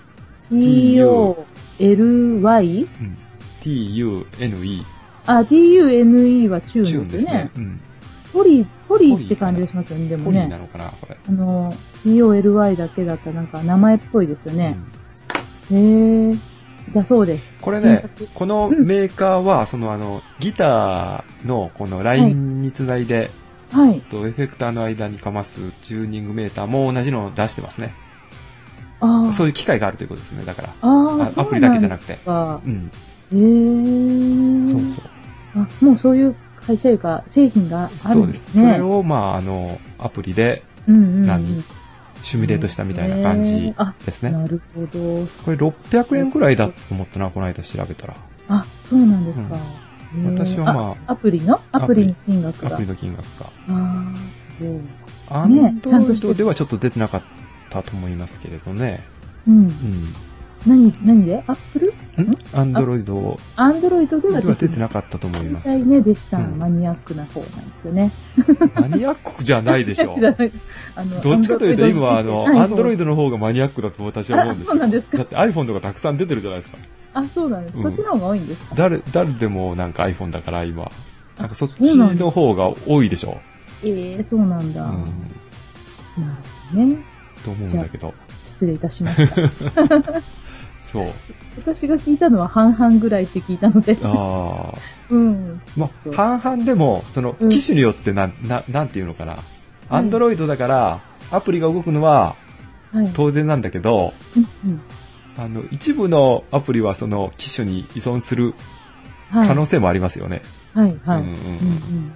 Speaker 2: ?P-O、L-Y?
Speaker 1: T-U-N-E。
Speaker 2: あ、T-U-N-E はチュ
Speaker 1: チュー
Speaker 2: ーン
Speaker 1: ン
Speaker 2: で
Speaker 1: ですす
Speaker 2: よね
Speaker 1: ね。。うん。
Speaker 2: ポリ、ポリって感じがしますよね、でも
Speaker 1: ポリーな
Speaker 2: ね。
Speaker 1: のかな、これ。
Speaker 2: あの、P-O-L-Y だけだったらなんか名前っぽいですよね
Speaker 1: う。ん
Speaker 2: へえ。だそうです。
Speaker 1: これね
Speaker 2: 検索、
Speaker 1: このメーカーは、そのあの、ギターのこのラインにつないで、
Speaker 2: はい。
Speaker 1: とエフェクターの間にかますチューニングメーターも同じのを出してますね。
Speaker 2: ああ。
Speaker 1: そういう機械があるということですね、だから。
Speaker 2: あ
Speaker 1: あ
Speaker 2: あ、
Speaker 1: アプリだけじゃな
Speaker 2: く
Speaker 1: くて。
Speaker 2: て。か
Speaker 1: うん。
Speaker 2: へえ。
Speaker 1: そうそう。
Speaker 2: あ、もうそういう会社が、製品がある
Speaker 1: そうんで
Speaker 2: です
Speaker 1: す。
Speaker 2: ね。
Speaker 1: それを、まあ、あの、アプリで
Speaker 2: うんうんうん、
Speaker 1: 何シミュレートしたみたいな感
Speaker 2: へ
Speaker 1: じ
Speaker 2: ーあ、
Speaker 1: ですね。
Speaker 2: なるほど。
Speaker 1: これ600円くらいだと思ったな、この間調べたら。
Speaker 2: あ、そうなんですか。へー
Speaker 1: 私はま
Speaker 2: あアプリのアプリの金額
Speaker 1: あ、アプ
Speaker 2: が。あ
Speaker 1: リの金額が。
Speaker 2: あー、すごい。
Speaker 1: アンド
Speaker 2: ちゃん
Speaker 1: ロ
Speaker 2: と
Speaker 1: イ
Speaker 2: して
Speaker 1: ド
Speaker 2: る
Speaker 1: ではちょっと出てなかったと思いますけれどね。
Speaker 2: うん。
Speaker 1: うん。
Speaker 2: 何、何でアップル
Speaker 1: アンドロイド
Speaker 2: アンドロイドでは
Speaker 1: では出て
Speaker 2: ない。
Speaker 1: なかったと思いま
Speaker 2: 大
Speaker 1: す。
Speaker 2: 体ね、弟子さん、
Speaker 1: うん
Speaker 2: マニアックな方なんですよね。
Speaker 1: マニアックじゃないでし ょ
Speaker 2: 知。らない あの
Speaker 1: どっちかというと今はあの、アンドロイ
Speaker 2: ド。
Speaker 1: ドの方がマニアックだと私は思うんです
Speaker 2: あそうなんです
Speaker 1: け
Speaker 2: か
Speaker 1: ど。だって iPhone とかたくさん出てるじゃないですか。
Speaker 2: あ、そうなんです。
Speaker 1: うん
Speaker 2: こっちの方が多いんですか
Speaker 1: 誰、誰でもなんか iPhone だから今。なんかそっ
Speaker 2: そ
Speaker 1: ち
Speaker 2: うなんだ
Speaker 1: の方が多いでしょ。
Speaker 2: ええ、そうなんだ。
Speaker 1: う
Speaker 2: な
Speaker 1: ん。
Speaker 2: るほどね。
Speaker 1: と思うんだけど。
Speaker 2: 失礼いたし ました。
Speaker 1: そう。
Speaker 2: 私が聞いたのは半々ぐらいって聞いたので。
Speaker 1: ああ。
Speaker 2: うん。
Speaker 1: まあ、半々でも、その
Speaker 2: う、ん
Speaker 1: 機種によってなん、な、なんていうのかな。アンドロイドだから、アプリが動くのは
Speaker 2: はい。
Speaker 1: 当然なんだけど、
Speaker 2: うんうん
Speaker 1: あの、一部のアプリはその機種に依存する
Speaker 2: はい
Speaker 1: 可能性もありますよね。
Speaker 2: はい、はい。
Speaker 1: う
Speaker 2: うん
Speaker 1: うんうん
Speaker 2: んうん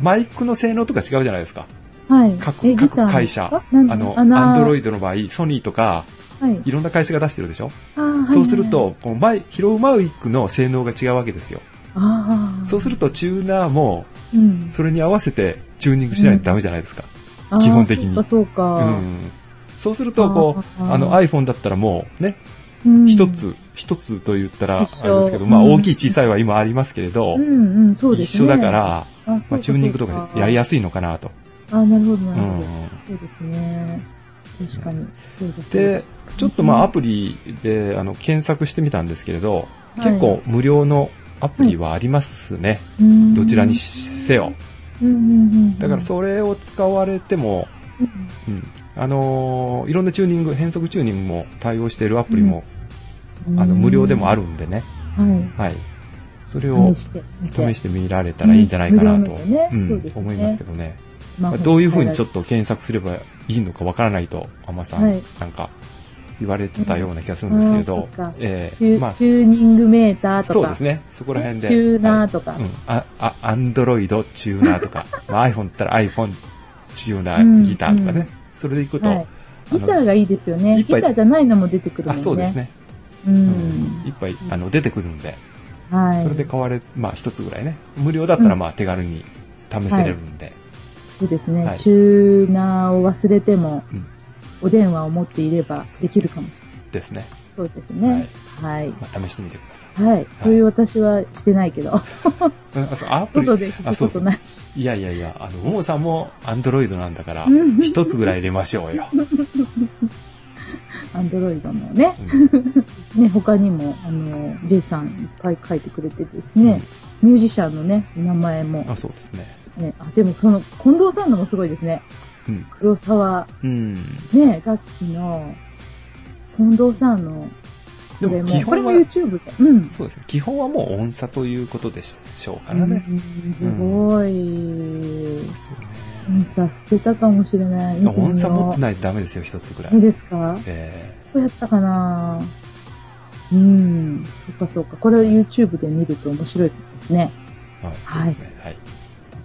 Speaker 1: マイクの性能とか違うじゃないですか。
Speaker 2: はい。
Speaker 1: 各、各会社。あの、アンドロイドの場合、ソニーとか、
Speaker 2: ド。はい。
Speaker 1: いろんな会社が出してるでしょ
Speaker 2: あーはいはい
Speaker 1: そうすると、こうマイ、拾うマイクの性能が違うわけですよ。
Speaker 2: ああ。
Speaker 1: そうすると、チューナーも、
Speaker 2: うん、
Speaker 1: それに合わせてチューニングしないとダメじゃないですか。
Speaker 2: あー
Speaker 1: 基本的に
Speaker 2: そうか、
Speaker 1: う。
Speaker 2: そうん
Speaker 1: そうすると、こう、
Speaker 2: あー
Speaker 1: あの iPhone だったらもうね、
Speaker 2: か。うん
Speaker 1: 一、。つ、一つと言ったら、
Speaker 2: 一
Speaker 1: あ
Speaker 2: 緒
Speaker 1: れですけど、まあ
Speaker 2: うん
Speaker 1: 大きい小さいは今ありますけれど、
Speaker 2: うんうん、そうです
Speaker 1: 一
Speaker 2: ね。
Speaker 1: 緒だから、
Speaker 2: あ、そう
Speaker 1: まあ、チューニングとかやりやすいのかなと。
Speaker 2: すい。あ、なるほど、な
Speaker 1: う
Speaker 2: るほど、
Speaker 1: ん。
Speaker 2: そうですね。確かに。そうですね
Speaker 1: で、、ちょっとまあアプリであの検索してみたんですけれど、
Speaker 2: はい
Speaker 1: 結構無料のアプリはありますね。
Speaker 2: うん
Speaker 1: どちらにせよ。
Speaker 2: うんうんうんうん。
Speaker 1: だからそれを使われても、
Speaker 2: うん。
Speaker 1: うん。あのーいろんなチューニング、変速チューニングも対応しているアプリも、あの、無料でもあるんでね。
Speaker 2: は
Speaker 1: はい。それを
Speaker 2: い。試してみて。
Speaker 1: 試してみられたらいいんじゃないかなと、
Speaker 2: うん無料な
Speaker 1: うん
Speaker 2: でねそうんですね
Speaker 1: 思いますけどね。
Speaker 2: まあ
Speaker 1: まあどういうふうにちょっと検索すればいいのかわからないと、アマさん、
Speaker 2: はい
Speaker 1: なんか言われてたような気がするんですけれ
Speaker 2: うんあ
Speaker 1: ど
Speaker 2: ーそっか、
Speaker 1: え
Speaker 2: チ
Speaker 1: え
Speaker 2: ュ
Speaker 1: まあ
Speaker 2: チ、ューニングメーターとか。
Speaker 1: そうですね、そこら辺で。
Speaker 2: チューナーとか
Speaker 1: はいうんあ、あ、アンドロイド、チューナーと か、まあ iPhone だったら iPhone、チューナ
Speaker 2: う
Speaker 1: ー、
Speaker 2: ん
Speaker 1: ギターとか
Speaker 2: う
Speaker 1: ね
Speaker 2: ん。
Speaker 1: それでいく
Speaker 2: は
Speaker 1: と
Speaker 2: い、ギターがいいですよね。
Speaker 1: いっ
Speaker 2: ギ
Speaker 1: ぱ
Speaker 2: タ
Speaker 1: い
Speaker 2: ーじゃないのも出てくるもん
Speaker 1: あ、
Speaker 2: ね。
Speaker 1: そうです。ね。
Speaker 2: う
Speaker 1: うん
Speaker 2: ん。
Speaker 1: いっぱい、あの、出てくるんで、
Speaker 2: はい。
Speaker 1: それで買われ、まあ一つぐらいね。無料だったらまあ手軽に試せれるんで。
Speaker 2: そうですね、
Speaker 1: はい
Speaker 2: チューナーを忘れても、
Speaker 1: うん
Speaker 2: お電話を持っていればできるかもしれない。
Speaker 1: ですね。
Speaker 2: そうですね。はい。
Speaker 1: まあ、試してみてください。
Speaker 2: はい。そういう私はしてないけど、
Speaker 1: うんあそうアプ
Speaker 2: 外
Speaker 1: リ、
Speaker 2: で聞
Speaker 1: あ
Speaker 2: く
Speaker 1: そう
Speaker 2: こ
Speaker 1: そ
Speaker 2: と
Speaker 1: う
Speaker 2: ない。
Speaker 1: いやいやいや、あの、ももさんもアンドロイドなんだから
Speaker 2: う、ん
Speaker 1: 一つぐらい入れましょうよ。
Speaker 2: アンドロイドのね、
Speaker 1: うん
Speaker 2: ね、他にも、あの、J さんいっぱい書いてくれてですね、ミュージシャンのね、名前も、
Speaker 1: あ、そうですね。
Speaker 2: ね、あ、でもその、近藤さんのもすごいですね。
Speaker 1: うん
Speaker 2: 黒沢、
Speaker 1: うん。
Speaker 2: ね、楽器の、近藤さんの、
Speaker 1: で
Speaker 2: これ
Speaker 1: も、基
Speaker 2: これ
Speaker 1: 本
Speaker 2: も
Speaker 1: は、
Speaker 2: YouTube で。うん。
Speaker 1: そうですね。基本はもう音差ということでしょうからね。
Speaker 2: うんすごい。
Speaker 1: ですよね。
Speaker 2: 音差捨てたかもしれない。見てみよう
Speaker 1: 音差持ってないとダメですよ、一つぐらい
Speaker 2: いい。ですか
Speaker 1: え
Speaker 2: どうやったかなうん。そっかそっか。これを YouTube で見ると面白いですね。
Speaker 1: えはい、そうですね。はい。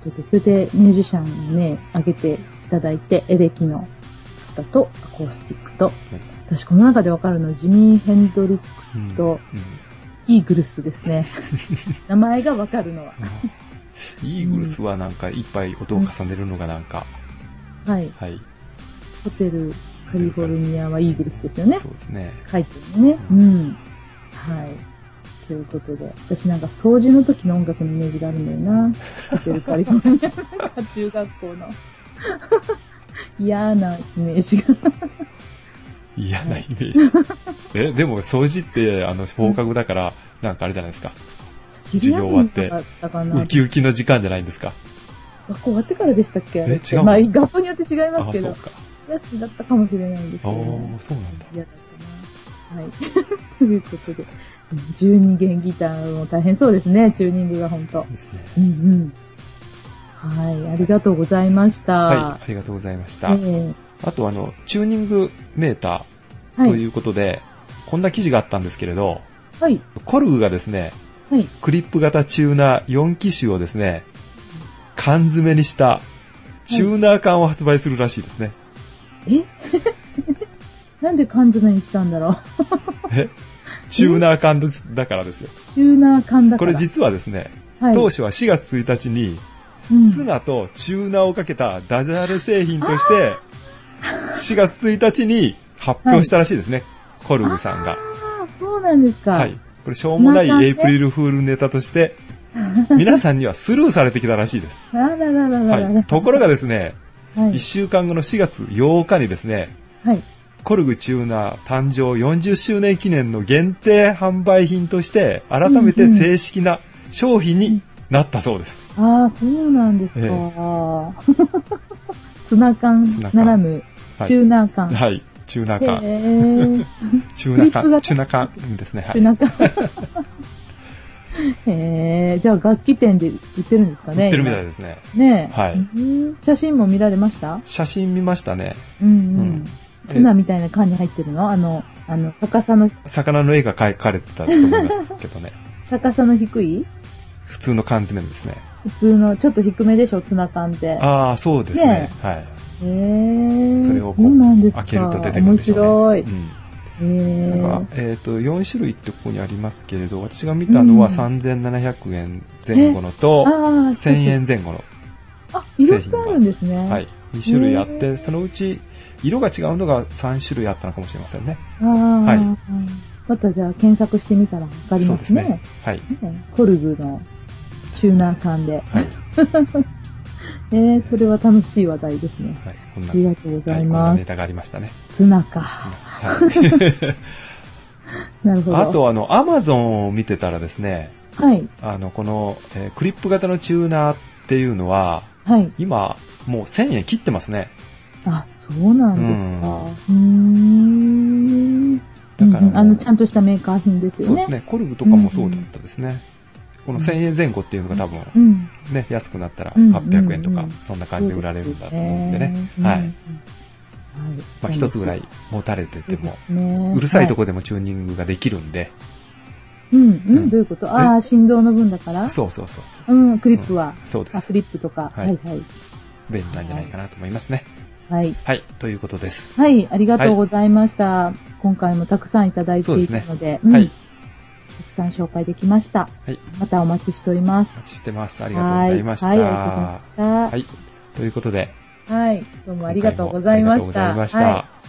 Speaker 2: ということで、ミュージシャンにね、上げていただいて、エレキの方とアコースティックと、私この中でわかるのはジミー・ヘンドリックスと
Speaker 1: うん
Speaker 2: イーグルスですね。名前がわかるのは。
Speaker 1: まあイーグルスはなんかいっぱい音を重ねるのがなんか、
Speaker 2: はい。
Speaker 1: はい。
Speaker 2: ホテルカリフォルニアはイーグルスですよね。
Speaker 1: そうですね。
Speaker 2: 書いてるのね。うん。はい。ということで、私なんか掃除の時の音楽のイメージがあるんだ よな。ホテルカリフォルニアなんか中学校の嫌なイメージが。
Speaker 1: 嫌なイメー ジ。え、でも掃除って、あの、放課後だから、なんかあれじゃないですか。授業終わって
Speaker 2: 昼休みとかだったかな
Speaker 1: ウ。キウキの時間じゃないんですか。
Speaker 2: 学校終わってからでしたっけあれって
Speaker 1: 違うの
Speaker 2: まあ、学校によって違いま
Speaker 1: あ
Speaker 2: す
Speaker 1: あ、
Speaker 2: け
Speaker 1: そ
Speaker 2: ど
Speaker 1: う、か。
Speaker 2: 休みだったかもしれないんですけ
Speaker 1: あ
Speaker 2: ど、
Speaker 1: あ、そうなんだ。
Speaker 2: 嫌だったな。はい。 ということで、うん12弦ギターも大変そうですね、チューニングが本当。
Speaker 1: ですね。
Speaker 2: うんうん。はい、ありがとうございました。
Speaker 1: はい、ありがとうございました。
Speaker 2: え
Speaker 1: あと、あの、チューニングメータ
Speaker 2: ー
Speaker 1: ーと
Speaker 2: はいい。
Speaker 1: うことで、こんな記事があったんですけれど、
Speaker 2: はい。
Speaker 1: コルグがですね、
Speaker 2: はい。
Speaker 1: クリップ型チューナー4機種をですね、缶詰にしたチューナー缶を発売するらしいですね。
Speaker 2: え なんで缶詰にしたんだろう。
Speaker 1: えチューナー缶ですだからですよ。
Speaker 2: チューナー缶だ
Speaker 1: こ
Speaker 2: か
Speaker 1: れ
Speaker 2: ら。
Speaker 1: 実はですね、
Speaker 2: はい、
Speaker 1: 当初は4月1日に、
Speaker 2: うん
Speaker 1: ツナとチューナーをかけたダジャレ製品として、4月1日に発表したらしいですね、コルグさんが。
Speaker 2: ああ、そうなんですか。
Speaker 1: はい。これ、しょうもない
Speaker 2: またね
Speaker 1: エイプリルフールネタとして、 皆さんにはスルーされてきたらしい です。
Speaker 2: あらららららら。
Speaker 1: はい。ところがですね、
Speaker 2: は
Speaker 1: 1
Speaker 2: い。
Speaker 1: 週間後の4月8日にですね、
Speaker 2: はい。
Speaker 1: コルグチューナー誕生40周年記念の限定販売品として、改めて正式な商品になったそうです。
Speaker 2: ああ、そうなんですか。
Speaker 1: え
Speaker 2: ツナ缶
Speaker 1: ツナ缶
Speaker 2: ならぬ、
Speaker 1: はい
Speaker 2: チューナー缶。
Speaker 1: はい。チューナー缶。
Speaker 2: へー
Speaker 1: チューナー
Speaker 2: クリップ
Speaker 1: 缶。
Speaker 2: が
Speaker 1: チューナー缶ですね。は
Speaker 2: チュー
Speaker 1: い。
Speaker 2: ナー缶。 へえ、じゃあ楽器店で売ってるんですかね
Speaker 1: 売ってるみたいですね。
Speaker 2: す。ねえ。
Speaker 1: はい
Speaker 2: うん写真も見られました
Speaker 1: 写真見ましたね。
Speaker 2: うんう
Speaker 1: うん
Speaker 2: ん。ツナみたいな缶に入ってるのあの、あの、高さの、
Speaker 1: 魚の絵が描かれてたと思いますけどね。
Speaker 2: 高さの低い
Speaker 1: 普通の缶詰ですね。
Speaker 2: 普通の、ちょっと低めでしょ、ツナ缶って。
Speaker 1: ああ、そうですね
Speaker 2: ね。
Speaker 1: はい。
Speaker 2: へえ。
Speaker 1: それをこ
Speaker 2: そうなんで
Speaker 1: う、
Speaker 2: すか
Speaker 1: 開けると出てくるんでしょうね。
Speaker 2: 面
Speaker 1: う
Speaker 2: 白い。
Speaker 1: ん。
Speaker 2: へえ。
Speaker 1: なんか、えっ、と、4種類ってここにありますけれど、私が見たのは
Speaker 2: うん
Speaker 1: 3700円前後のと、
Speaker 2: ああ、
Speaker 1: 1000円前後の、
Speaker 2: あ、いろいろあるんですね。
Speaker 1: はい。2種類あって、そのうち、色が違うのが3種類あったのかもしれませんね。
Speaker 2: ああ、
Speaker 1: い
Speaker 2: またじゃあ検索してみたらわかり
Speaker 1: そう
Speaker 2: ま
Speaker 1: ですすね
Speaker 2: ね。。
Speaker 1: はい。
Speaker 2: ねコルグのチューナーさんで。
Speaker 1: はい。
Speaker 2: えー、それは楽しい話題ですね。
Speaker 1: はい。こんな
Speaker 2: あ、りがとうござ
Speaker 1: はいい、こんな
Speaker 2: ま
Speaker 1: ネ
Speaker 2: す。
Speaker 1: タがありましたね。
Speaker 2: ツナか。
Speaker 1: はい。
Speaker 2: なるほど。
Speaker 1: あと、あの、アマゾンを見てたらですね、
Speaker 2: はい、
Speaker 1: あの、この、えークリップ型のチューナーっていうのは、
Speaker 2: はい。
Speaker 1: 今、もう1000円切ってますね。
Speaker 2: あ、そうなんですか。うーん。
Speaker 1: だから
Speaker 2: うんうんあの、ちゃんとしたメーカー品です
Speaker 1: そ
Speaker 2: よ
Speaker 1: うで
Speaker 2: ね。
Speaker 1: すね。コルグとかもそうだったですね。この1000円前後っていうのが多分、
Speaker 2: うん。
Speaker 1: ね、安くなったら
Speaker 2: うん
Speaker 1: 800円と
Speaker 2: う
Speaker 1: か
Speaker 2: ん、
Speaker 1: そんな感じで売られるんだと思うんでね。
Speaker 2: そうです
Speaker 1: はい。
Speaker 2: うんうんはい
Speaker 1: まあ一つぐらい持たれてても、
Speaker 2: ね
Speaker 1: うるさいとこでもチューニングができるんで、
Speaker 2: はいうん、う
Speaker 1: うん
Speaker 2: ん、どういうことああ、振動の分だから
Speaker 1: そうそうそうそう。
Speaker 2: うん、クリップは、
Speaker 1: そうで
Speaker 2: あ、
Speaker 1: す
Speaker 2: ク。リップとか、
Speaker 1: は
Speaker 2: はいい、はい。
Speaker 1: 便利なんじゃないかなと思いますね。
Speaker 2: はい。
Speaker 1: はい、ということです。
Speaker 2: はい、ありがとうございました。今回もたくさんいただいていたので、うん
Speaker 1: はい、
Speaker 2: たくさん紹介できました。
Speaker 1: はい
Speaker 2: またお待ちしております。
Speaker 1: お待ちしてます。ありがとうございました。
Speaker 2: はい、はいありがとうございました。
Speaker 1: はい、ということで、
Speaker 2: はい、どうもありがとうございました。
Speaker 1: 今回もありがとうございました。
Speaker 2: はい